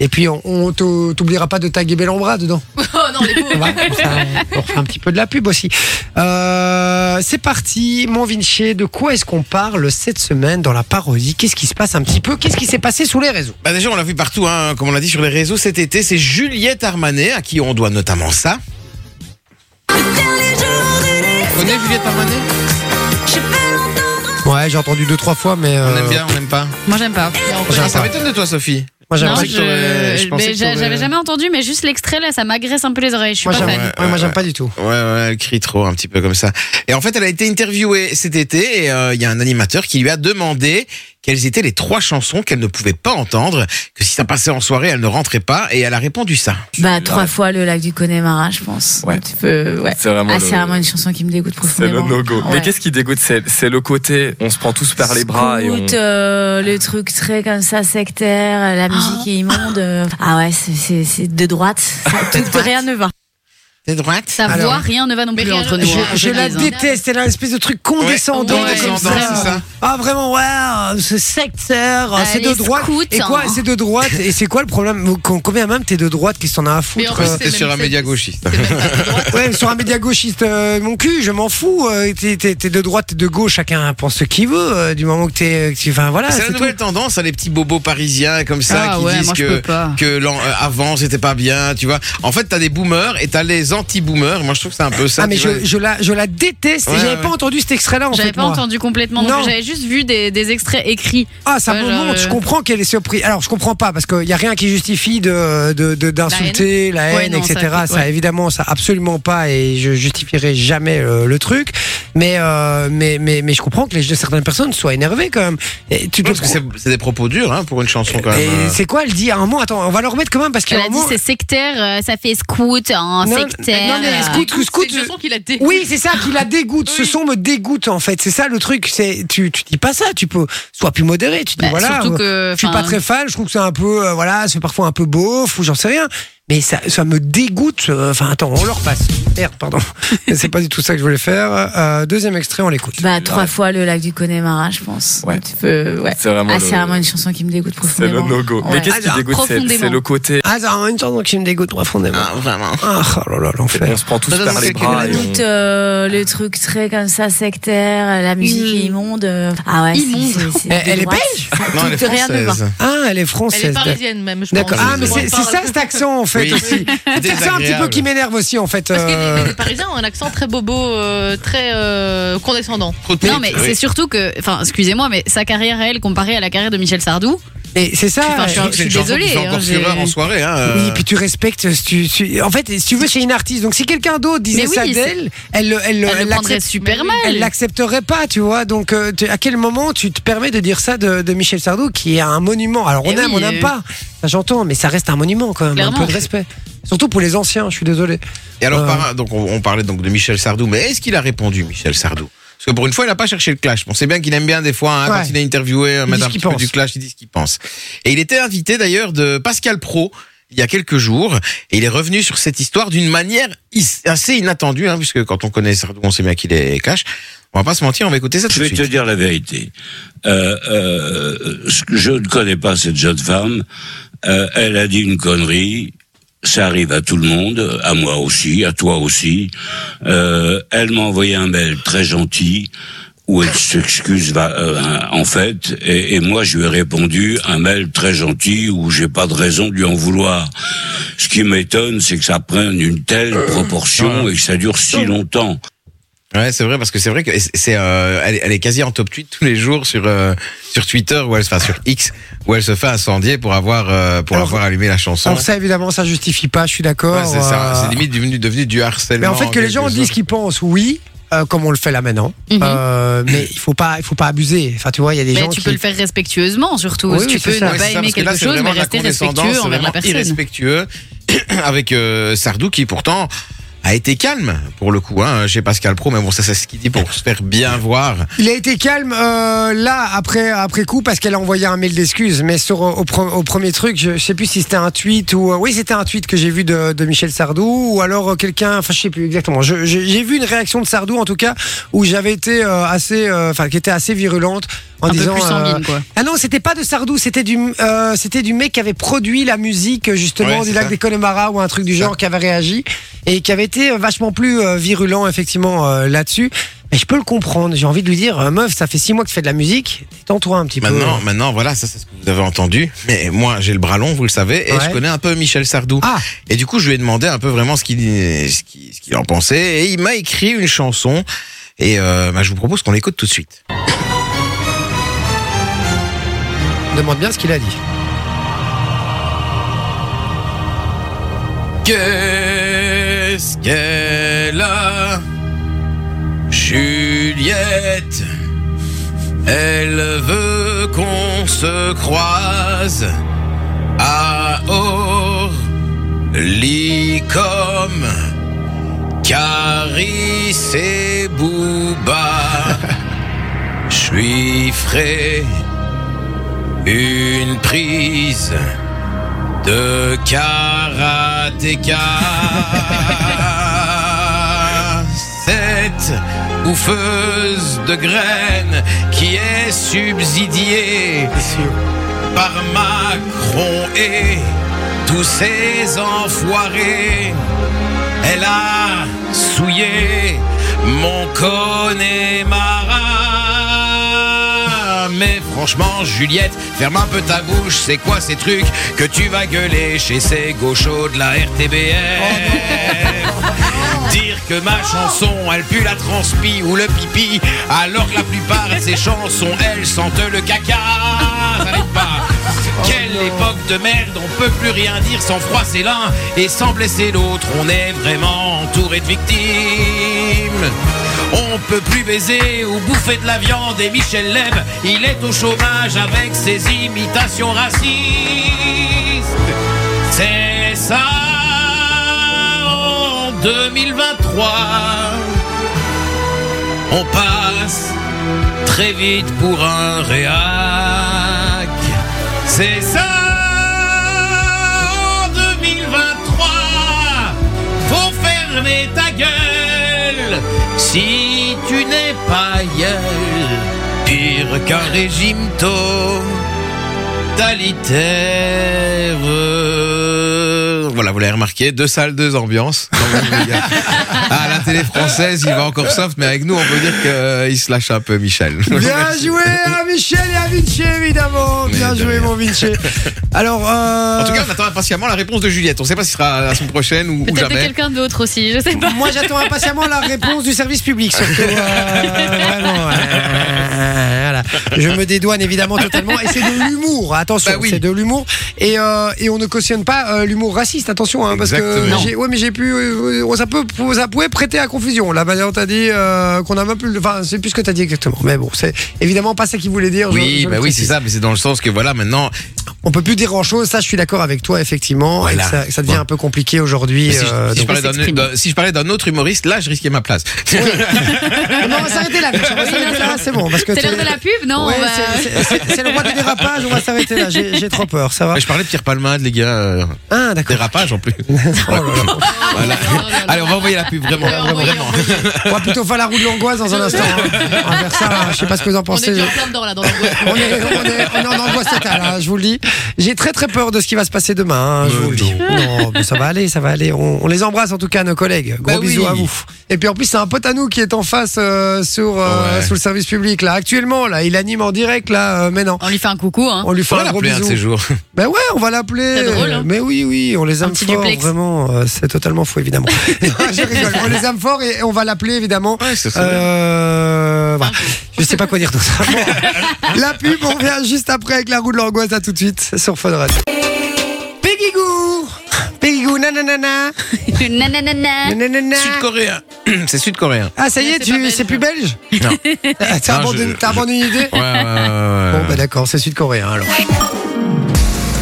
[SPEAKER 3] Et puis, on, on t'ou- t'oubliera pas de taguer Bellambra dedans.
[SPEAKER 5] Oh non, les pauvres.
[SPEAKER 3] Ça va Comme ça, on refait un petit peu de la pub aussi. Euh, c'est parti, mon Vinci. De quoi est-ce qu'on parle cette semaine dans la parodie Qu'est-ce qui se passe un petit peu Qu'est-ce qui s'est passé sous les réseaux
[SPEAKER 7] Bah déjà, on l'a vu partout, hein, comme on l'a dit sur les réseaux cet été, c'est Juliette Armanet, à qui on doit notamment ça. Tu connais Juliette Armanet
[SPEAKER 3] Ouais, j'ai entendu deux, trois fois, mais.
[SPEAKER 7] On
[SPEAKER 3] euh,
[SPEAKER 7] aime bien, on n'aime pas.
[SPEAKER 4] Moi, j'aime pas.
[SPEAKER 3] J'aime
[SPEAKER 7] Ah, ça
[SPEAKER 3] pas.
[SPEAKER 7] m'étonne de toi, Sophie.
[SPEAKER 3] Moi, j'aime
[SPEAKER 4] Non,
[SPEAKER 3] pas.
[SPEAKER 7] pensais que t'aurais- je
[SPEAKER 4] je-
[SPEAKER 7] pensais
[SPEAKER 4] mais
[SPEAKER 7] que
[SPEAKER 4] j'a-
[SPEAKER 7] t'aurais-
[SPEAKER 4] J'avais jamais entendu, mais juste l'extrait là, ça m'agresse un peu les oreilles. Je suis
[SPEAKER 3] Moi,
[SPEAKER 4] pas
[SPEAKER 3] j'aime
[SPEAKER 4] fan.
[SPEAKER 3] ouais, moi, j'aime pas du tout.
[SPEAKER 7] Ouais, ouais, elle crie trop, un petit peu comme ça. Et en fait, elle a été interviewée cet été et euh, il y a un animateur qui lui a demandé quelles étaient les trois chansons qu'elle ne pouvait pas entendre, que si ça passait en soirée, elle ne rentrait pas et elle a répondu ça.
[SPEAKER 11] Bah, trois fois le lac du Connemara, je pense.
[SPEAKER 12] Ouais.
[SPEAKER 11] Tu peux, ouais.
[SPEAKER 12] C'est vraiment
[SPEAKER 11] Ah,
[SPEAKER 12] le-
[SPEAKER 11] c'est vraiment une chanson qui me dégoûte
[SPEAKER 12] C'est le
[SPEAKER 11] profondément.
[SPEAKER 12] no-go.
[SPEAKER 11] Ouais.
[SPEAKER 12] Mais qu'est-ce qui dégoûte C'est c'est le côté, on se prend tous par les bras et on...
[SPEAKER 11] Scout, euh, le truc très comme ça sectaire,
[SPEAKER 4] Ah.
[SPEAKER 11] la musique est immonde. euh. Ah ouais, c'est- c'est c'est de droite. Ça,
[SPEAKER 4] Ah,
[SPEAKER 11] tout, rien ne va.
[SPEAKER 7] T'es droite
[SPEAKER 4] Ta
[SPEAKER 3] Alors-
[SPEAKER 4] voix, rien ne va non
[SPEAKER 5] Mais
[SPEAKER 4] plus
[SPEAKER 5] rien
[SPEAKER 4] entre
[SPEAKER 5] ne-
[SPEAKER 4] nous.
[SPEAKER 3] Je,
[SPEAKER 4] hein,
[SPEAKER 3] je la
[SPEAKER 4] dis, hein.
[SPEAKER 3] déteste, elle a une espèce de truc condescendant
[SPEAKER 7] Ouais,
[SPEAKER 3] comme ça.
[SPEAKER 7] condescendant, c'est ça.
[SPEAKER 3] Ah vraiment, ouais, euh, ce secteur, euh,
[SPEAKER 4] Ah,
[SPEAKER 3] c'est de
[SPEAKER 4] les
[SPEAKER 3] droite.
[SPEAKER 4] scouts,
[SPEAKER 3] et quoi,
[SPEAKER 4] hein.
[SPEAKER 3] c'est de droite Et c'est quoi le problème Vous- com- Combien même t'es de droite qui s'en a à
[SPEAKER 5] Mais en
[SPEAKER 3] foutre
[SPEAKER 5] plus,
[SPEAKER 3] euh,
[SPEAKER 5] c'est
[SPEAKER 7] sur
[SPEAKER 5] même-
[SPEAKER 7] un média
[SPEAKER 5] c'est-
[SPEAKER 7] gauchiste.
[SPEAKER 5] c'est même
[SPEAKER 3] [LAUGHS]
[SPEAKER 5] pas de droite.
[SPEAKER 3] Ouais, sur un média gauchiste, euh, mon cul, je m'en fous. euh, t'es, t'es- t'es de droite, t'es de gauche, chacun pense ce qu'il veut. euh, du moment que t'es, que tu- enfin voilà,
[SPEAKER 7] c'est
[SPEAKER 3] c'est
[SPEAKER 7] la
[SPEAKER 3] tout.
[SPEAKER 7] nouvelle tendance, hein, les petits bobos parisiens comme ça
[SPEAKER 4] Ah
[SPEAKER 7] qui
[SPEAKER 4] ouais,
[SPEAKER 7] disent
[SPEAKER 4] moi je
[SPEAKER 7] que
[SPEAKER 4] peux pas.
[SPEAKER 7] que l'an euh, avant c'était pas bien, tu vois. En fait, t'as des boomers et t'as les anti-boomers. Moi, je trouve que c'est un peu ça.
[SPEAKER 3] Ah mais
[SPEAKER 7] tu vois.
[SPEAKER 3] je, je la, je la déteste. et
[SPEAKER 7] Ouais,
[SPEAKER 3] j'avais
[SPEAKER 7] ouais.
[SPEAKER 3] pas entendu cet extrait-là en
[SPEAKER 4] J'avais
[SPEAKER 3] fait.
[SPEAKER 4] pas
[SPEAKER 3] moi.
[SPEAKER 4] entendu complètement, non
[SPEAKER 3] Non.
[SPEAKER 4] plus, j'avais juste vu des, des extraits écrits.
[SPEAKER 3] Ah, ça
[SPEAKER 4] Ouais,
[SPEAKER 3] me
[SPEAKER 4] genre,
[SPEAKER 3] montre.
[SPEAKER 4] euh,
[SPEAKER 3] Je comprends qu'elle est surprise. Alors, je comprends pas parce qu'il y a rien qui justifie de de- de- d'insulter, la haine,
[SPEAKER 4] Ouais, non, ça,
[SPEAKER 3] etc. Ça,
[SPEAKER 4] ouais.
[SPEAKER 3] évidemment, ça absolument pas et je justifierai jamais euh, le truc. Mais euh, mais mais mais je comprends que les certaines personnes soient énervées quand même. Et tu
[SPEAKER 7] Ouais,
[SPEAKER 3] peux.
[SPEAKER 7] parce que c'est c'est des propos durs hein, pour une chanson quand
[SPEAKER 3] Et
[SPEAKER 7] même. euh.
[SPEAKER 3] c'est quoi Elle dit à un moment. Attends, on va le remettre quand même parce qu'à
[SPEAKER 4] Elle
[SPEAKER 3] un
[SPEAKER 4] a dit
[SPEAKER 3] moment.
[SPEAKER 4] c'est sectaire, euh, ça fait scout, hein,
[SPEAKER 3] Non,
[SPEAKER 4] sectaire.
[SPEAKER 3] non, mais
[SPEAKER 4] euh.
[SPEAKER 3] scout, scout, scout,
[SPEAKER 5] C'est une chanson qu'il a dégoûté.
[SPEAKER 3] Oui, c'est ça qui la dégoûte. Ce
[SPEAKER 5] Oui.
[SPEAKER 3] son me dégoûte en fait. C'est ça le truc. C'est tu tu dis pas ça. Tu peux sois plus modéré. Tu dis
[SPEAKER 4] Bah,
[SPEAKER 3] voilà.
[SPEAKER 4] surtout
[SPEAKER 3] euh,
[SPEAKER 4] que.
[SPEAKER 3] Je suis
[SPEAKER 4] enfin,
[SPEAKER 3] pas très fan, je trouve que c'est un peu, euh, voilà, c'est parfois un peu beauf ou j'en sais rien. Mais ça, ça me dégoûte. euh, Enfin, attends, on leur passe. Merde, pardon. Mais c'est pas du tout ça que je voulais faire. Euh, deuxième extrait, on l'écoute.
[SPEAKER 11] Bah,
[SPEAKER 12] Ah,
[SPEAKER 11] trois fois le lac du Connemara, je pense.
[SPEAKER 12] Ouais.
[SPEAKER 11] Tu peux, ouais.
[SPEAKER 12] C'est vraiment le-
[SPEAKER 11] Ah, c'est vraiment une chanson qui me dégoûte
[SPEAKER 12] C'est le
[SPEAKER 11] profondément.
[SPEAKER 12] no-go.
[SPEAKER 11] Ouais.
[SPEAKER 12] Mais qu'est-ce qui
[SPEAKER 3] Alors,
[SPEAKER 12] dégoûte C'est
[SPEAKER 4] profondément.
[SPEAKER 12] c'est le côté,
[SPEAKER 3] Ah, ça, en même temps, donc, qui me dégoûte profondément.
[SPEAKER 7] Ah, vraiment.
[SPEAKER 3] Ah, oh là là, l'enfer.
[SPEAKER 12] on se prend tous
[SPEAKER 7] Non, non,
[SPEAKER 12] par
[SPEAKER 7] non,
[SPEAKER 12] les
[SPEAKER 7] c'est
[SPEAKER 12] bras
[SPEAKER 7] le-
[SPEAKER 12] et on...
[SPEAKER 11] Tout, euh, le truc très comme ça sectaire, la musique
[SPEAKER 4] Immonde.
[SPEAKER 11] est immonde. euh. Ah ouais, c'est-
[SPEAKER 4] Mmh. Immonde.
[SPEAKER 11] c'est- c'est
[SPEAKER 3] Elle-
[SPEAKER 11] de
[SPEAKER 3] elle est
[SPEAKER 11] droite. Ça,
[SPEAKER 7] Non, elle est
[SPEAKER 11] tout, rien ne va.
[SPEAKER 7] française.
[SPEAKER 3] Ah, elle est
[SPEAKER 5] Elle est
[SPEAKER 3] française.
[SPEAKER 5] parisienne même, je
[SPEAKER 3] D'accord.
[SPEAKER 5] pense.
[SPEAKER 3] Ah, mais c'est c'est ça cet accent, en fait,
[SPEAKER 7] Oui.
[SPEAKER 12] [LAUGHS]
[SPEAKER 3] aussi. C'est ça un petit peu qui m'énerve aussi, en fait.
[SPEAKER 5] Parce que
[SPEAKER 3] euh,
[SPEAKER 5] les, les Parisiens ont un accent très bobo, euh, très euh, condescendant.
[SPEAKER 7] Trop de
[SPEAKER 4] Non,
[SPEAKER 7] tweets,
[SPEAKER 4] mais
[SPEAKER 7] oui.
[SPEAKER 4] c'est surtout que. Enfin, excusez-moi, mais sa carrière à elle, comparée à la carrière de Michel Sardou.
[SPEAKER 3] Et c'est ça.
[SPEAKER 4] Enfin, je suis
[SPEAKER 7] Je trouve que c'est une
[SPEAKER 4] je
[SPEAKER 7] chanson qui
[SPEAKER 4] désolée,
[SPEAKER 7] fait
[SPEAKER 4] hein,
[SPEAKER 7] encore
[SPEAKER 4] j'ai-
[SPEAKER 7] fureur en soirée. Hein, euh.
[SPEAKER 3] Oui, et puis tu respectes. si Tu, tu- En fait, si tu veux, c'est une artiste. Donc si quelqu'un d'autre disait
[SPEAKER 4] Mais oui,
[SPEAKER 3] ça
[SPEAKER 4] c'est-
[SPEAKER 3] d'elle, elle, le- elle, le-
[SPEAKER 4] Elle
[SPEAKER 3] elle
[SPEAKER 4] le prendrait
[SPEAKER 3] l'accepte-
[SPEAKER 4] super
[SPEAKER 3] Elle
[SPEAKER 4] mal.
[SPEAKER 3] l'accepterait pas, tu vois. Donc, euh, tu- à quel moment tu te permets de dire ça de, de Michel Sardou, qui est un monument Alors, on
[SPEAKER 4] Eh
[SPEAKER 3] aime,
[SPEAKER 4] oui,
[SPEAKER 3] on n'aime
[SPEAKER 4] euh.
[SPEAKER 3] pas. Ça, j'entends, mais ça reste un monument quand même. Un
[SPEAKER 4] Clairement.
[SPEAKER 3] peu de respect. Surtout pour les anciens, je suis désolé.
[SPEAKER 7] Et alors,
[SPEAKER 3] Euh.
[SPEAKER 7] par- donc, on, on parlait donc de Michel Sardou, mais est-ce qu'il a répondu, Michel Sardou Parce que pour une fois, il n'a pas cherché le clash. On sait bien qu'il aime bien des fois, hein,
[SPEAKER 3] Ouais.
[SPEAKER 7] quand il est interviewé, euh,
[SPEAKER 3] Il dit
[SPEAKER 7] mettre
[SPEAKER 3] ce
[SPEAKER 7] un
[SPEAKER 3] qu'il
[SPEAKER 7] petit peu
[SPEAKER 3] pense.
[SPEAKER 7] du clash, il dit ce qu'il pense. Et il était invité d'ailleurs de Pascal Pro il y a quelques jours, et il est revenu sur cette histoire d'une manière is- assez inattendue, hein, puisque quand on connaît Sardou, on sait bien qu'il est clash. On va pas se mentir, on va écouter ça tout
[SPEAKER 8] Je
[SPEAKER 7] de
[SPEAKER 8] vais te
[SPEAKER 7] suite.
[SPEAKER 8] dire la vérité. Euh, euh, ce que- je ne connais pas cette jeune femme. Euh, elle a dit une connerie. Ça arrive à tout le monde, à moi aussi, à toi aussi. Euh, elle m'a envoyé un mail très gentil où elle s'excuse va- euh, en fait, et, et moi je lui ai répondu un mail très gentil où j'ai pas de raison de lui en vouloir. Ce qui m'étonne, c'est que ça prenne une telle proportion et que ça dure si longtemps.
[SPEAKER 7] Ouais, c'est vrai, parce que c'est vrai que c'est- c'est, euh, elle, est- elle est quasi en top tweet tous les jours sur euh, sur Twitter ou elle se, enfin, sur X où elle se fait incendier pour avoir euh, pour
[SPEAKER 3] Alors-
[SPEAKER 7] avoir allumé la chanson.
[SPEAKER 3] Alors ça, évidemment, ça justifie pas. Je suis d'accord.
[SPEAKER 7] Ouais, c'est ça,
[SPEAKER 3] euh,
[SPEAKER 7] c'est limite devenu, devenu du harcèlement.
[SPEAKER 3] Mais en fait, que les gens
[SPEAKER 7] quelque
[SPEAKER 3] disent
[SPEAKER 7] sorte.
[SPEAKER 3] ce qu'ils pensent, oui. euh, comme on le fait là maintenant,
[SPEAKER 4] Mhm.
[SPEAKER 3] Euh, mais il faut pas, il faut pas abuser. Enfin, tu vois, il y a des
[SPEAKER 4] Mais
[SPEAKER 3] gens
[SPEAKER 4] tu
[SPEAKER 3] qui-
[SPEAKER 4] peux le faire respectueusement, surtout.
[SPEAKER 3] Oui,
[SPEAKER 4] si
[SPEAKER 3] oui,
[SPEAKER 4] tu
[SPEAKER 3] c'est
[SPEAKER 4] peux
[SPEAKER 3] ça.
[SPEAKER 4] ne
[SPEAKER 7] Ouais, c'est
[SPEAKER 4] pas
[SPEAKER 7] ça,
[SPEAKER 4] aimer
[SPEAKER 7] parce que là,
[SPEAKER 4] quelque
[SPEAKER 7] c'est
[SPEAKER 4] chose,
[SPEAKER 7] vraiment
[SPEAKER 4] mais
[SPEAKER 7] de la
[SPEAKER 4] rester
[SPEAKER 7] condescendance,
[SPEAKER 4] respectueux
[SPEAKER 2] [CLEARS THROAT]
[SPEAKER 7] c'est
[SPEAKER 4] envers la
[SPEAKER 7] vraiment
[SPEAKER 4] personne.
[SPEAKER 7] Irrespectueux avec euh, Sardou qui pourtant
[SPEAKER 2] a été calme pour le coup hein, chez Pascal Pro, mais bon ça c'est ce qu'il dit pour se faire bien voir.
[SPEAKER 3] Il a été calme euh, là après après coup parce qu'elle a envoyé un mail d'excuses. Mais sur euh, au, pre- au premier truc, je, je sais plus si c'était un tweet ou euh, oui c'était un tweet que j'ai vu de, de Michel Sardou ou alors euh, quelqu'un, enfin je sais plus exactement. Je- je- J'ai vu une réaction de Sardou en tout cas où j'avais été euh, assez, euh, enfin qui était assez virulente en
[SPEAKER 4] Un peu
[SPEAKER 3] disant.
[SPEAKER 4] plus sanguine, quoi.
[SPEAKER 3] Ah non c'était pas de Sardou, c'était du euh, c'était du mec qui avait produit la musique justement
[SPEAKER 2] Ouais, c'est
[SPEAKER 3] du lac
[SPEAKER 2] ça.
[SPEAKER 3] des Connemara ou un truc du genre qui avait réagi et qui avait été euh, vachement plus euh, virulent effectivement euh, là-dessus. Mais je peux le comprendre. J'ai envie de lui dire, euh, meuf, ça fait six mois que tu fais de la musique. Détends-toi un petit
[SPEAKER 2] Maintenant,
[SPEAKER 3] peu.
[SPEAKER 2] maintenant, voilà, ça c'est ce que vous avez entendu. Mais moi, j'ai le bras long, vous le savez, et
[SPEAKER 3] Ouais. Ah.
[SPEAKER 2] je connais un peu Michel Sardou. Et du coup, je lui ai demandé un peu vraiment ce qu'il ce qu'il- ce qu'il en pensait, et il m'a écrit une chanson. Et euh, bah, je vous propose qu'on l'écoute tout de suite.
[SPEAKER 3] Demande bien ce qu'il a dit.
[SPEAKER 2] Qu'est-ce qu'elle a Juliette Elle veut qu'on se croise à Orly comme Caris et Booba. Je suis frais, une prise de karatéka. Cette bouffeuse de graines qui est subsidiée par Macron et tous ces enfoirés. Elle a souillé mon Connemara. Mais franchement, Juliette, ferme un peu ta bouche. C'est quoi ces trucs que tu vas gueuler chez ces gauchos de la RTBF Dire que ma chanson, elle pue la transpi ou le pipi, alors que la plupart de ces chansons, elles sentent le caca. Ça n'aide pas. Quelle époque de merde, on peut plus rien dire sans froisser l'un et sans blesser l'autre. On est vraiment entouré de victimes. On peut plus baiser ou bouffer de la viande et Michel Leb, il est au chômage avec ses imitations racistes. C'est ça en 2023. On passe très vite pour un réac. C'est ça en 2023. Faut fermer ta gueule si tu n'es pas gueule. Pire qu'un régime totalitaire. Voilà, vous l'avez remarqué, deux salles, deux ambiances. [LAUGHS] À Ah, la télé française, il va encore soft, mais avec nous, on peut dire qu'il se lâche un peu, Michel.
[SPEAKER 3] Bien joué à Michel et à Vinci, évidemment. Bien
[SPEAKER 2] de
[SPEAKER 3] joué,
[SPEAKER 2] rien.
[SPEAKER 3] mon Vinci. Alors, euh,
[SPEAKER 2] En tout cas, on attend impatiemment la réponse de Juliette. On ne sait pas si ce sera la semaine prochaine ou, ou
[SPEAKER 4] Peut-être de
[SPEAKER 2] jamais.
[SPEAKER 4] quelqu'un d'autre aussi, je sais pas.
[SPEAKER 3] moi, j'attends impatiemment la réponse du service public, [LAUGHS] surtout. euh, vraiment, euh, voilà. Je me dédouane évidemment totalement. Et c'est de l'humour, attention,
[SPEAKER 2] Bah oui.
[SPEAKER 3] c'est de l'humour. Et, euh, et on ne cautionne pas euh, l'humour raciste, attention, hein, parce
[SPEAKER 2] Exactement.
[SPEAKER 3] que j'ai- ouais, mais j'ai pu, euh, euh, ça, peut, ça pouvait prêter à confusion. La manière dont t'as dit euh, qu'on a même plus, le- enfin, c'est plus ce que t'as dit exactement. Mais bon, c'est évidemment pas ça qu'il voulait dire. je-
[SPEAKER 2] Oui,
[SPEAKER 3] je le
[SPEAKER 2] bah oui,
[SPEAKER 3] précise.
[SPEAKER 2] c'est ça, mais c'est dans le sens que voilà, maintenant,
[SPEAKER 3] On peut plus dire grand chose, ça je suis d'accord avec toi effectivement,
[SPEAKER 2] Voilà.
[SPEAKER 3] et que ça, que ça devient
[SPEAKER 2] Ouais.
[SPEAKER 3] un peu compliqué aujourd'hui.
[SPEAKER 2] si, je-
[SPEAKER 3] euh,
[SPEAKER 2] si je
[SPEAKER 3] donc-
[SPEAKER 2] parlais d'un- d'un- si je parlais d'un autre humoriste, là, je risquais ma place.
[SPEAKER 3] Ah Non, on va s'arrêter là, Michel, on va s'arrêter là, c'est bon. parce que
[SPEAKER 4] C'est l'heure
[SPEAKER 3] t'es-
[SPEAKER 4] de la pub, non
[SPEAKER 3] Ouais,
[SPEAKER 4] on va-
[SPEAKER 3] c'est- c'est- c'est- C'est le mois des dérapages, on va s'arrêter là, j'ai j'ai trop peur, ça va.
[SPEAKER 2] [LAUGHS] Mais je parlais de Pierre Palmade, les gars. euh,
[SPEAKER 3] Ah, d'accord.
[SPEAKER 2] Dérapage [LAUGHS] en plus.
[SPEAKER 4] Oh
[SPEAKER 2] Voilà. Allez, on va envoyer la pub, vraiment. vraiment.
[SPEAKER 3] On va plutôt faire la roue de l'angoisse dans un instant. hein. On va faire ça, hein, je sais pas ce que vous en
[SPEAKER 5] On
[SPEAKER 3] [LAUGHS]
[SPEAKER 5] est
[SPEAKER 3] pensez.
[SPEAKER 5] déjà en plein dedans là dans le
[SPEAKER 3] On est, on est- on est en angoisse totale, hein, je vous le dis. J'ai très très peur de ce qui va se passer demain, hein, je vous le dis. Non, mais ça va aller, ça va aller. On, on les embrasse en tout cas, nos collègues. Gros
[SPEAKER 2] Bah oui.
[SPEAKER 3] bisous à vous. Et puis en plus, c'est un pote à nous qui est en face euh, sur, euh,
[SPEAKER 2] Ouais.
[SPEAKER 3] sous le service public là. Actuellement, là, il anime en direct là, euh, mais non.
[SPEAKER 4] On lui fait un coucou, hein.
[SPEAKER 3] On lui
[SPEAKER 2] Faut
[SPEAKER 3] fait un gros
[SPEAKER 2] l'appeler un de
[SPEAKER 3] bisou.
[SPEAKER 2] ces jours.
[SPEAKER 3] Ben ouais, on va l'appeler.
[SPEAKER 4] C'est drôle, hein.
[SPEAKER 3] Mais oui, oui, on les
[SPEAKER 4] Un
[SPEAKER 3] aime
[SPEAKER 4] petit
[SPEAKER 3] fort,
[SPEAKER 4] duplex.
[SPEAKER 3] vraiment. euh, C'est totalement fou,
[SPEAKER 4] [LAUGHS]
[SPEAKER 3] évidemment. Non, je rigole. On les aime fort et on va l'appeler, évidemment.
[SPEAKER 2] Ouais, ça serait
[SPEAKER 3] Euh,
[SPEAKER 4] Ah.
[SPEAKER 3] voilà. Je sais pas quoi dire d'autre. [LAUGHS] Bon. la pub, on vient juste après avec la roue de l'angoisse. À tout de suite sur Fun Radio. Peggy Goo Peggy Goo, nananana
[SPEAKER 4] [LAUGHS] Nanana.
[SPEAKER 3] nananana.
[SPEAKER 2] Sud-coréen. [CLEARS THROAT] C'est sud-coréen.
[SPEAKER 3] Ah, ça y est,
[SPEAKER 4] C'est pas
[SPEAKER 3] tu,
[SPEAKER 4] belge.
[SPEAKER 3] c'est plus belge
[SPEAKER 2] Non.
[SPEAKER 3] Ah, [LAUGHS] T'as
[SPEAKER 2] Non,
[SPEAKER 3] abandonné,
[SPEAKER 2] je- Euh.
[SPEAKER 3] t'as abandonné ben une idée
[SPEAKER 2] Ouais, ouais, ouais, ouais, ouais.
[SPEAKER 3] Bon, bah d'accord, c'est sud-coréen alors.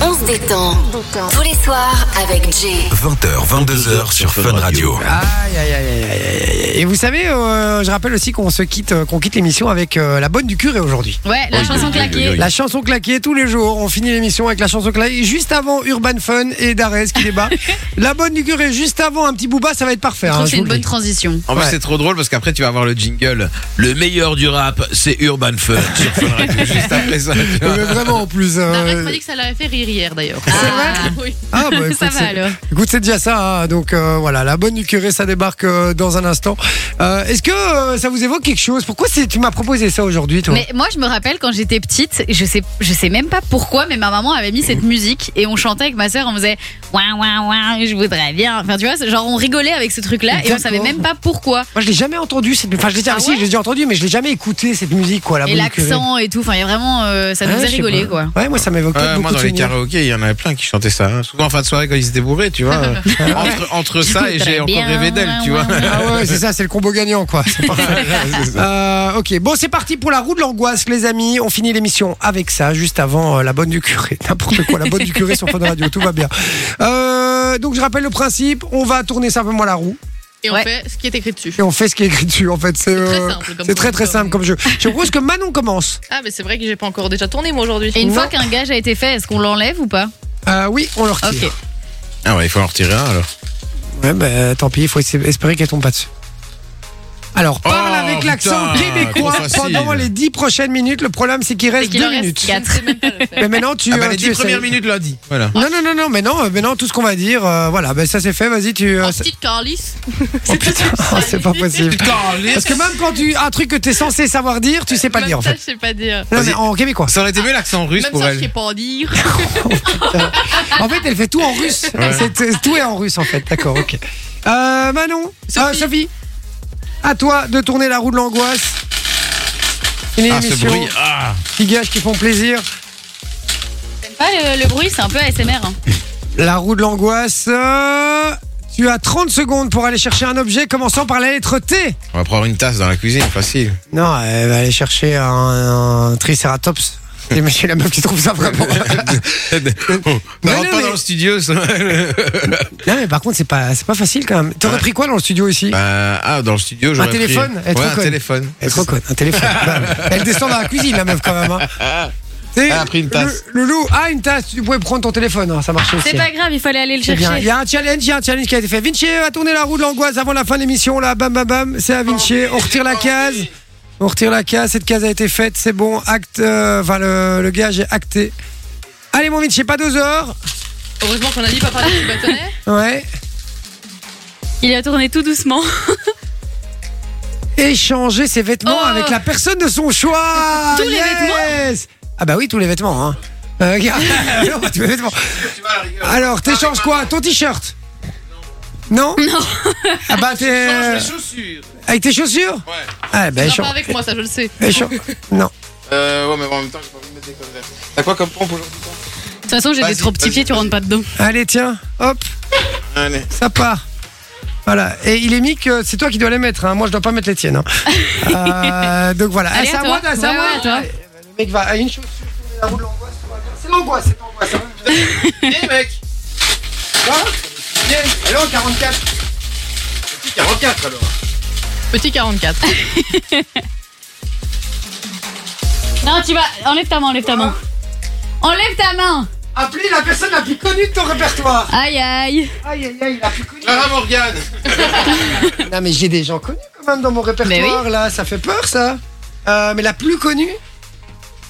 [SPEAKER 1] On se détend. matin, tous les soirs, avec Jay.
[SPEAKER 2] 20h, 22h sur Fun Radio.
[SPEAKER 3] Aïe, aïe, aïe, aïe, aïe, aïe, aïe. Et vous savez, euh, je rappelle aussi qu'on se quitte, euh, qu'on quitte l'émission avec euh, la bonne du curé aujourd'hui.
[SPEAKER 4] Ouais, la chanson claquée.
[SPEAKER 3] La chanson claquée tous les jours. On finit l'émission avec la chanson claquée. Juste avant Urban Fun et Darès qui
[SPEAKER 4] [LAUGHS]
[SPEAKER 3] débat. la bonne du curé juste avant un petit booba, ça va être parfait.
[SPEAKER 4] Je trouve
[SPEAKER 3] hein,
[SPEAKER 4] que
[SPEAKER 3] je
[SPEAKER 4] c'est
[SPEAKER 3] vous
[SPEAKER 4] une
[SPEAKER 3] le
[SPEAKER 4] bonne
[SPEAKER 3] dis.
[SPEAKER 4] transition.
[SPEAKER 7] En plus, c'est trop drôle parce qu'après, tu vas avoir le jingle. Le meilleur du rap, c'est Urban Fun. sur Fun
[SPEAKER 2] [LAUGHS]
[SPEAKER 7] Radio, juste après ça. tu vois.
[SPEAKER 3] Mais vraiment en plus. euh,
[SPEAKER 5] Darès m'a dit que ça l'avait fait rire hier d'ailleurs. C'est vrai Oui.
[SPEAKER 3] Ah, bah, écoute,
[SPEAKER 5] [LAUGHS] ça va
[SPEAKER 3] c'est-
[SPEAKER 5] alors.
[SPEAKER 3] Écoute, c'est déjà ça. hein. Donc euh, voilà, la bonne du curé, ça débarque euh, dans un instant. Euh, Est-ce que euh, ça vous évoque quelque chose Pourquoi c'est- tu m'as proposé ça aujourd'hui, toi
[SPEAKER 4] Mais moi, je me rappelle quand j'étais petite, je sais, je sais même pas pourquoi, mais ma maman avait mis cette musique et on chantait avec ma sœur, on faisait ouin ouin ouin, je voudrais bien. Enfin, tu vois, c'est- genre on rigolait avec ce truc-là et on
[SPEAKER 3] D'accord.
[SPEAKER 4] savait même pas pourquoi.
[SPEAKER 3] Moi, je l'ai jamais entendu. Cette... Enfin, je l'ai déjà,
[SPEAKER 4] Ah
[SPEAKER 3] si,
[SPEAKER 4] ouais
[SPEAKER 3] je l'ai déjà entendu, mais je l'ai jamais écouté cette musique, quoi. La
[SPEAKER 4] et
[SPEAKER 3] bonne du curé.
[SPEAKER 4] l'accent et tout, enfin, il y a vraiment, euh, ça nous
[SPEAKER 3] Ouais,
[SPEAKER 4] faisait
[SPEAKER 3] Ah, je sais
[SPEAKER 4] rigoler,
[SPEAKER 3] pas.
[SPEAKER 4] quoi.
[SPEAKER 3] Ouais, moi, ça m'évoque
[SPEAKER 7] Ouais, moi,
[SPEAKER 3] beaucoup de
[SPEAKER 7] dans les
[SPEAKER 3] souvenirs.
[SPEAKER 7] karaokés, il y en avait plein qui chantaient ça. hein. Souvent en fin de soirée, quand ils étaient bourrés, tu vois. euh, entre, entre ça et j'ai encore rêvé d'elle, tu vois.
[SPEAKER 3] Ah [LAUGHS] ouais, c'est ça, c'est le combo gagnant, quoi. C'est [LAUGHS] parfait. Euh, ok, bon, c'est parti pour la roue de l'angoisse, les amis. On finit l'émission avec ça, juste avant euh, la bonne du curé. [LAUGHS] N'importe quoi, la bonne du curé sur Fun Radio, tout va bien. Euh, donc, je rappelle le principe. On va tourner simplement la roue
[SPEAKER 5] Et on fait ce qui est écrit dessus.
[SPEAKER 3] et on fait ce qui est écrit dessus. En fait, c'est
[SPEAKER 5] très
[SPEAKER 3] euh,
[SPEAKER 5] simple comme
[SPEAKER 3] c'est très,
[SPEAKER 5] jeu.
[SPEAKER 3] très
[SPEAKER 4] hein.
[SPEAKER 3] simple comme jeu. Je propose que Manon commence.
[SPEAKER 5] Ah, mais c'est vrai que j'ai pas encore déjà tourné moi aujourd'hui.
[SPEAKER 4] Et une fois qu'un gage a été fait, est-ce qu'on l'enlève ou pas
[SPEAKER 3] Euh, oui, on le retire.
[SPEAKER 4] Ok.
[SPEAKER 3] [LAUGHS]
[SPEAKER 7] Ah ouais, il faut en retirer un alors.
[SPEAKER 3] Ouais, bah, tant pis, il faut ess- espérer qu'elle tombe pas dessus. Alors, parle
[SPEAKER 7] Oh,
[SPEAKER 3] avec l'accent
[SPEAKER 7] putain,
[SPEAKER 3] québécois
[SPEAKER 7] trop facile.
[SPEAKER 3] pendant les 10 prochaines minutes. Le problème, c'est qu'il reste
[SPEAKER 4] qu'il
[SPEAKER 3] 2
[SPEAKER 4] en reste
[SPEAKER 3] minutes.
[SPEAKER 4] quatre.
[SPEAKER 3] Mais maintenant, tu.
[SPEAKER 7] Ah bah,
[SPEAKER 3] euh,
[SPEAKER 7] les
[SPEAKER 3] tu
[SPEAKER 7] dix premières
[SPEAKER 3] essayes.
[SPEAKER 7] minutes lundi. Voilà.
[SPEAKER 3] Non, non, non, non, mais non, euh, mais non, tout ce qu'on va dire, euh, voilà, ben ça c'est fait, vas-y, tu. euh,
[SPEAKER 5] En
[SPEAKER 3] c'est-
[SPEAKER 5] petite [LAUGHS] Carlis.
[SPEAKER 3] [LAUGHS] Oh, c'est pas possible.
[SPEAKER 7] Carlis.
[SPEAKER 3] Parce que même quand tu. Un truc que t'es censé savoir dire, tu sais pas le dire en
[SPEAKER 5] Même ça,
[SPEAKER 3] fait.
[SPEAKER 5] je sais pas dire.
[SPEAKER 3] Non,
[SPEAKER 7] Vas-y.
[SPEAKER 3] mais en québécois.
[SPEAKER 7] Ça aurait été mieux l'accent russe
[SPEAKER 5] Même
[SPEAKER 7] pour
[SPEAKER 5] ça, je sais
[SPEAKER 7] elle.
[SPEAKER 5] pas en dire.
[SPEAKER 3] En fait, elle fait tout en russe.
[SPEAKER 7] [LAUGHS] Ouais.
[SPEAKER 3] C'est- c'est- tout est en russe en fait, d'accord, ok. Euh, Manon, Sophie. Sophie, à toi de tourner la roue de l'angoisse. Une
[SPEAKER 7] Ah, ce
[SPEAKER 3] émission,
[SPEAKER 7] bruit. Ah.
[SPEAKER 3] qui gâche, qui font plaisir.
[SPEAKER 4] Pas euh, le, le bruit, c'est un peu ASMR. hein.
[SPEAKER 3] La roue de l'angoisse. euh, Tu as 30 secondes pour aller chercher un objet commençant par la lettre T.
[SPEAKER 7] On va prendre une tasse dans la cuisine, facile.
[SPEAKER 3] Non, elle va aller chercher un, un triceratops. Et monsieur la meuf qui trouve ça
[SPEAKER 7] [LAUGHS]
[SPEAKER 3] vraiment.
[SPEAKER 7] Oh,
[SPEAKER 3] Mais
[SPEAKER 7] Non,
[SPEAKER 3] non,
[SPEAKER 7] pas
[SPEAKER 3] mais-
[SPEAKER 7] dans le studio, ça.
[SPEAKER 3] non mais par contre c'est pas c'est pas facile quand même. T'aurais
[SPEAKER 7] Ouais.
[SPEAKER 3] pris quoi dans le studio ici
[SPEAKER 7] Bah, ah, dans le studio, j'aurais pris-
[SPEAKER 3] téléphone, être
[SPEAKER 7] Ouais, un
[SPEAKER 3] reconnu.
[SPEAKER 7] téléphone.
[SPEAKER 3] Elle se reconnaît, un téléphone. [LAUGHS] Bah, Elle descend dans la cuisine la meuf quand même. hein. C'est-
[SPEAKER 7] Elle a pris une tasse.
[SPEAKER 3] Le, le loup ah une tasse. Tu pouvais prendre ton téléphone, hein, ça marchait aussi.
[SPEAKER 4] C'est pas grave, il fallait aller le
[SPEAKER 3] C'est bien. Il y
[SPEAKER 4] chercher.
[SPEAKER 3] a un challenge, il y a un challenge qui a été fait. Vinci va tourner la roue de l'angoisse avant la fin de l'émission. Là, bam, bam, bam. C'est à Vinci.
[SPEAKER 4] Oh,
[SPEAKER 3] On retire la case. On retire la case. Cette case a été faite. C'est bon. Acte. euh, Enfin, le, le gage est acté. Allez, mon Vinci, pas deux heures.
[SPEAKER 5] Heureusement qu'on a dit pas parler du bâtonnet.
[SPEAKER 3] Ouais.
[SPEAKER 4] Il a tourné tout [LAUGHS] doucement.
[SPEAKER 3] Échanger ses vêtements
[SPEAKER 4] Oh.
[SPEAKER 3] avec la personne de son choix.
[SPEAKER 4] Tous les
[SPEAKER 3] Yes. Ah, bah oui, tous les vêtements. Hein. Euh, regarde. [LAUGHS] Non, pas tous les vêtements. Alors, t'échanges quoi Ton t-shirt Non Non. Ah, bah, t'es.
[SPEAKER 7] chaussures.
[SPEAKER 3] Avec tes chaussures
[SPEAKER 7] Ouais.
[SPEAKER 3] Ah, bah,
[SPEAKER 5] Elle
[SPEAKER 3] échange.
[SPEAKER 5] pas avec moi, ça je le sais.
[SPEAKER 3] Échange. Non.
[SPEAKER 7] Euh, ouais, mais bon, en même temps, j'ai pas envie de mettre des conneries. T'as quoi comme pompe aujourd'hui toi
[SPEAKER 4] De toute façon, j'ai
[SPEAKER 7] Vas-y,
[SPEAKER 4] des trop petits
[SPEAKER 7] vas-y,
[SPEAKER 4] pieds, tu rentres pas dedans.
[SPEAKER 3] Allez, tiens, hop,
[SPEAKER 7] Allez.
[SPEAKER 3] ça part. Voilà, et il est mis que c'est toi qui dois les mettre, hein. moi je dois pas mettre les
[SPEAKER 4] [LAUGHS]
[SPEAKER 3] tiennes. hein. Euh, donc voilà,
[SPEAKER 4] Allez,
[SPEAKER 3] Ah, c'est
[SPEAKER 4] à
[SPEAKER 3] à moi,
[SPEAKER 4] toi.
[SPEAKER 3] c'est à
[SPEAKER 4] Ouais,
[SPEAKER 3] moi.
[SPEAKER 4] ouais, à toi.
[SPEAKER 3] Eh ben, Le mec va à une chaussure, tourner la roue de l'angoisse, tout va bien. c'est l'angoisse, c'est l'angoisse. hein.
[SPEAKER 4] [LAUGHS]
[SPEAKER 7] Eh mec
[SPEAKER 3] Quoi Viens, alors 44.
[SPEAKER 7] Petit 44 alors
[SPEAKER 5] Petit 44.
[SPEAKER 4] Non, tu vas. Enlève ta main, enlève ta main. Enlève ta main
[SPEAKER 3] Appelez la personne la plus connue de ton répertoire.
[SPEAKER 4] Aïe aïe
[SPEAKER 3] Aïe aïe aïe, la plus connue.
[SPEAKER 7] Clara Morgan
[SPEAKER 3] Non mais j'ai des gens connus quand même dans mon répertoire là, ça fait peur ça. Euh, mais la plus connue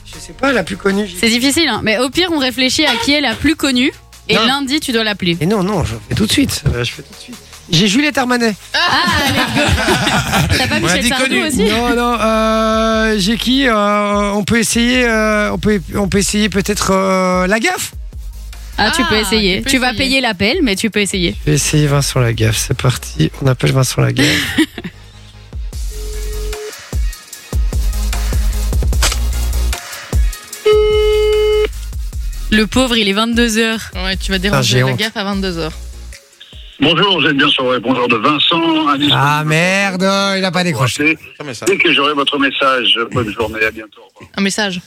[SPEAKER 3] Je sais pas, la plus connue. j'ai-
[SPEAKER 4] C'est difficile, hein. mais au pire, on réfléchit à qui est la plus connue. Et
[SPEAKER 3] Non.
[SPEAKER 4] lundi, tu dois l'appeler.
[SPEAKER 3] Et non, non, je fais tout de suite. euh, Je fais tout de suite. J'ai Juliette Armanet.
[SPEAKER 4] T'as pas
[SPEAKER 7] On l'a
[SPEAKER 4] Michel
[SPEAKER 7] dit
[SPEAKER 4] Sardou
[SPEAKER 7] connu.
[SPEAKER 4] aussi
[SPEAKER 3] Non, non, euh, j'ai qui Euh, On peut essayer, euh, on peut, on peut essayer peut-être euh, la gaffe.
[SPEAKER 4] Ah, tu
[SPEAKER 5] Ah,
[SPEAKER 4] peux essayer.
[SPEAKER 5] tu
[SPEAKER 4] Tu,
[SPEAKER 5] peux
[SPEAKER 4] vas
[SPEAKER 5] essayer.
[SPEAKER 4] payer l'appel, mais tu peux essayer.
[SPEAKER 3] Je vais essayer Vincent la gaffe. C'est parti. On appelle Vincent la
[SPEAKER 7] [LAUGHS]
[SPEAKER 3] gaffe.
[SPEAKER 4] Le pauvre, il est 22h.
[SPEAKER 5] Ouais, tu
[SPEAKER 3] Ah,
[SPEAKER 5] vas
[SPEAKER 3] j'ai
[SPEAKER 5] déranger la
[SPEAKER 3] honte.
[SPEAKER 5] gaffe à 22h.
[SPEAKER 9] Bonjour, vous êtes bien sur le répondeur de Vincent. à Nice.
[SPEAKER 3] Ah merde, euh, il a pas décroché.
[SPEAKER 9] Dès que j'aurai votre message, bonne journée, à bientôt.
[SPEAKER 5] Un message.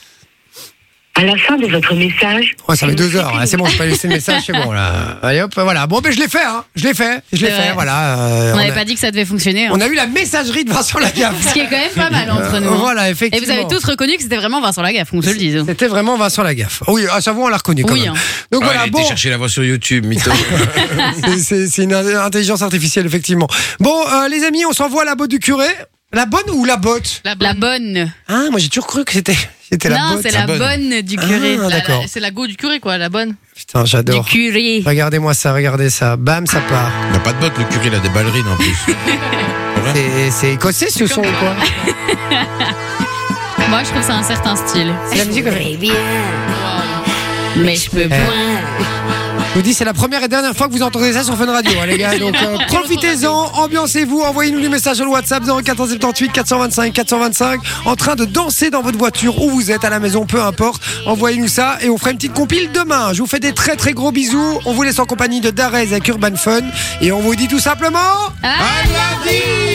[SPEAKER 13] À la fin de votre message.
[SPEAKER 3] Ouais, ça fait deux heures. hein. C'est bon, je peux pas laisser le message. C'est bon, là. Allez hop, voilà. Bon, ben, je l'ai fait, hein. Je l'ai fait. Je l'ai
[SPEAKER 4] C'est
[SPEAKER 3] fait,
[SPEAKER 4] vrai.
[SPEAKER 3] voilà. euh,
[SPEAKER 4] on
[SPEAKER 3] on
[SPEAKER 4] n'avait
[SPEAKER 3] a-
[SPEAKER 4] pas dit que ça devait fonctionner. hein.
[SPEAKER 3] on a eu la messagerie de Vincent Lagaffe.
[SPEAKER 4] Ce qui est quand même pas mal entre
[SPEAKER 3] Euh,
[SPEAKER 4] nous. hein.
[SPEAKER 3] voilà, effectivement.
[SPEAKER 4] Et vous avez tous reconnu que c'était vraiment Vincent Lagaffe, on se le dise.
[SPEAKER 3] C'était vraiment Vincent Lagaffe. Oh Oui, à savoir, on l'a reconnu quand
[SPEAKER 4] Oui,
[SPEAKER 3] même.
[SPEAKER 4] hein.
[SPEAKER 3] Donc
[SPEAKER 7] Ouais,
[SPEAKER 3] voilà,
[SPEAKER 7] elle Ah,
[SPEAKER 3] bon.
[SPEAKER 7] a été chercher la voix sur YouTube, mytho.
[SPEAKER 3] [LAUGHS] C'est- C'est c'est une intelligence artificielle, effectivement. Bon, euh, les amis, on s'envoie la botte du curé. La bonne ou la botte
[SPEAKER 4] La bonne.
[SPEAKER 3] Ah, moi j'ai toujours cru que c'était c'était la
[SPEAKER 4] Non,
[SPEAKER 3] botte.
[SPEAKER 4] c'est la bonne du curé.
[SPEAKER 3] Ah,
[SPEAKER 5] La- la-
[SPEAKER 3] d'accord.
[SPEAKER 5] C'est la go du curé, quoi, la bonne.
[SPEAKER 3] Putain, j'adore.
[SPEAKER 4] curé.
[SPEAKER 3] Regardez-moi ça, regardez ça. Bam, ça part.
[SPEAKER 7] Il n'a pas de botte, le curé, il a des ballerines en plus.
[SPEAKER 3] C'est- C'est écossais ce son ou quoi
[SPEAKER 4] Moi, je trouve ça un certain style.
[SPEAKER 3] C'est la musique, ouais.
[SPEAKER 4] Très bien. Mais je peux
[SPEAKER 3] Eh.
[SPEAKER 4] point.
[SPEAKER 3] Je vous dis, c'est la première et dernière fois que vous entendez ça sur Fun Radio, hein, les gars. Donc euh, profitez-en, ambiancez-vous, envoyez-nous les messages sur le WhatsApp 0478 425 425 en train de danser dans votre voiture où vous êtes à la maison, peu importe. Envoyez-nous ça et on fera une petite compile demain. Je vous fais des très très gros bisous. On vous laisse en compagnie de Darez avec Urban Fun et on vous dit tout simplement
[SPEAKER 4] À
[SPEAKER 3] lundi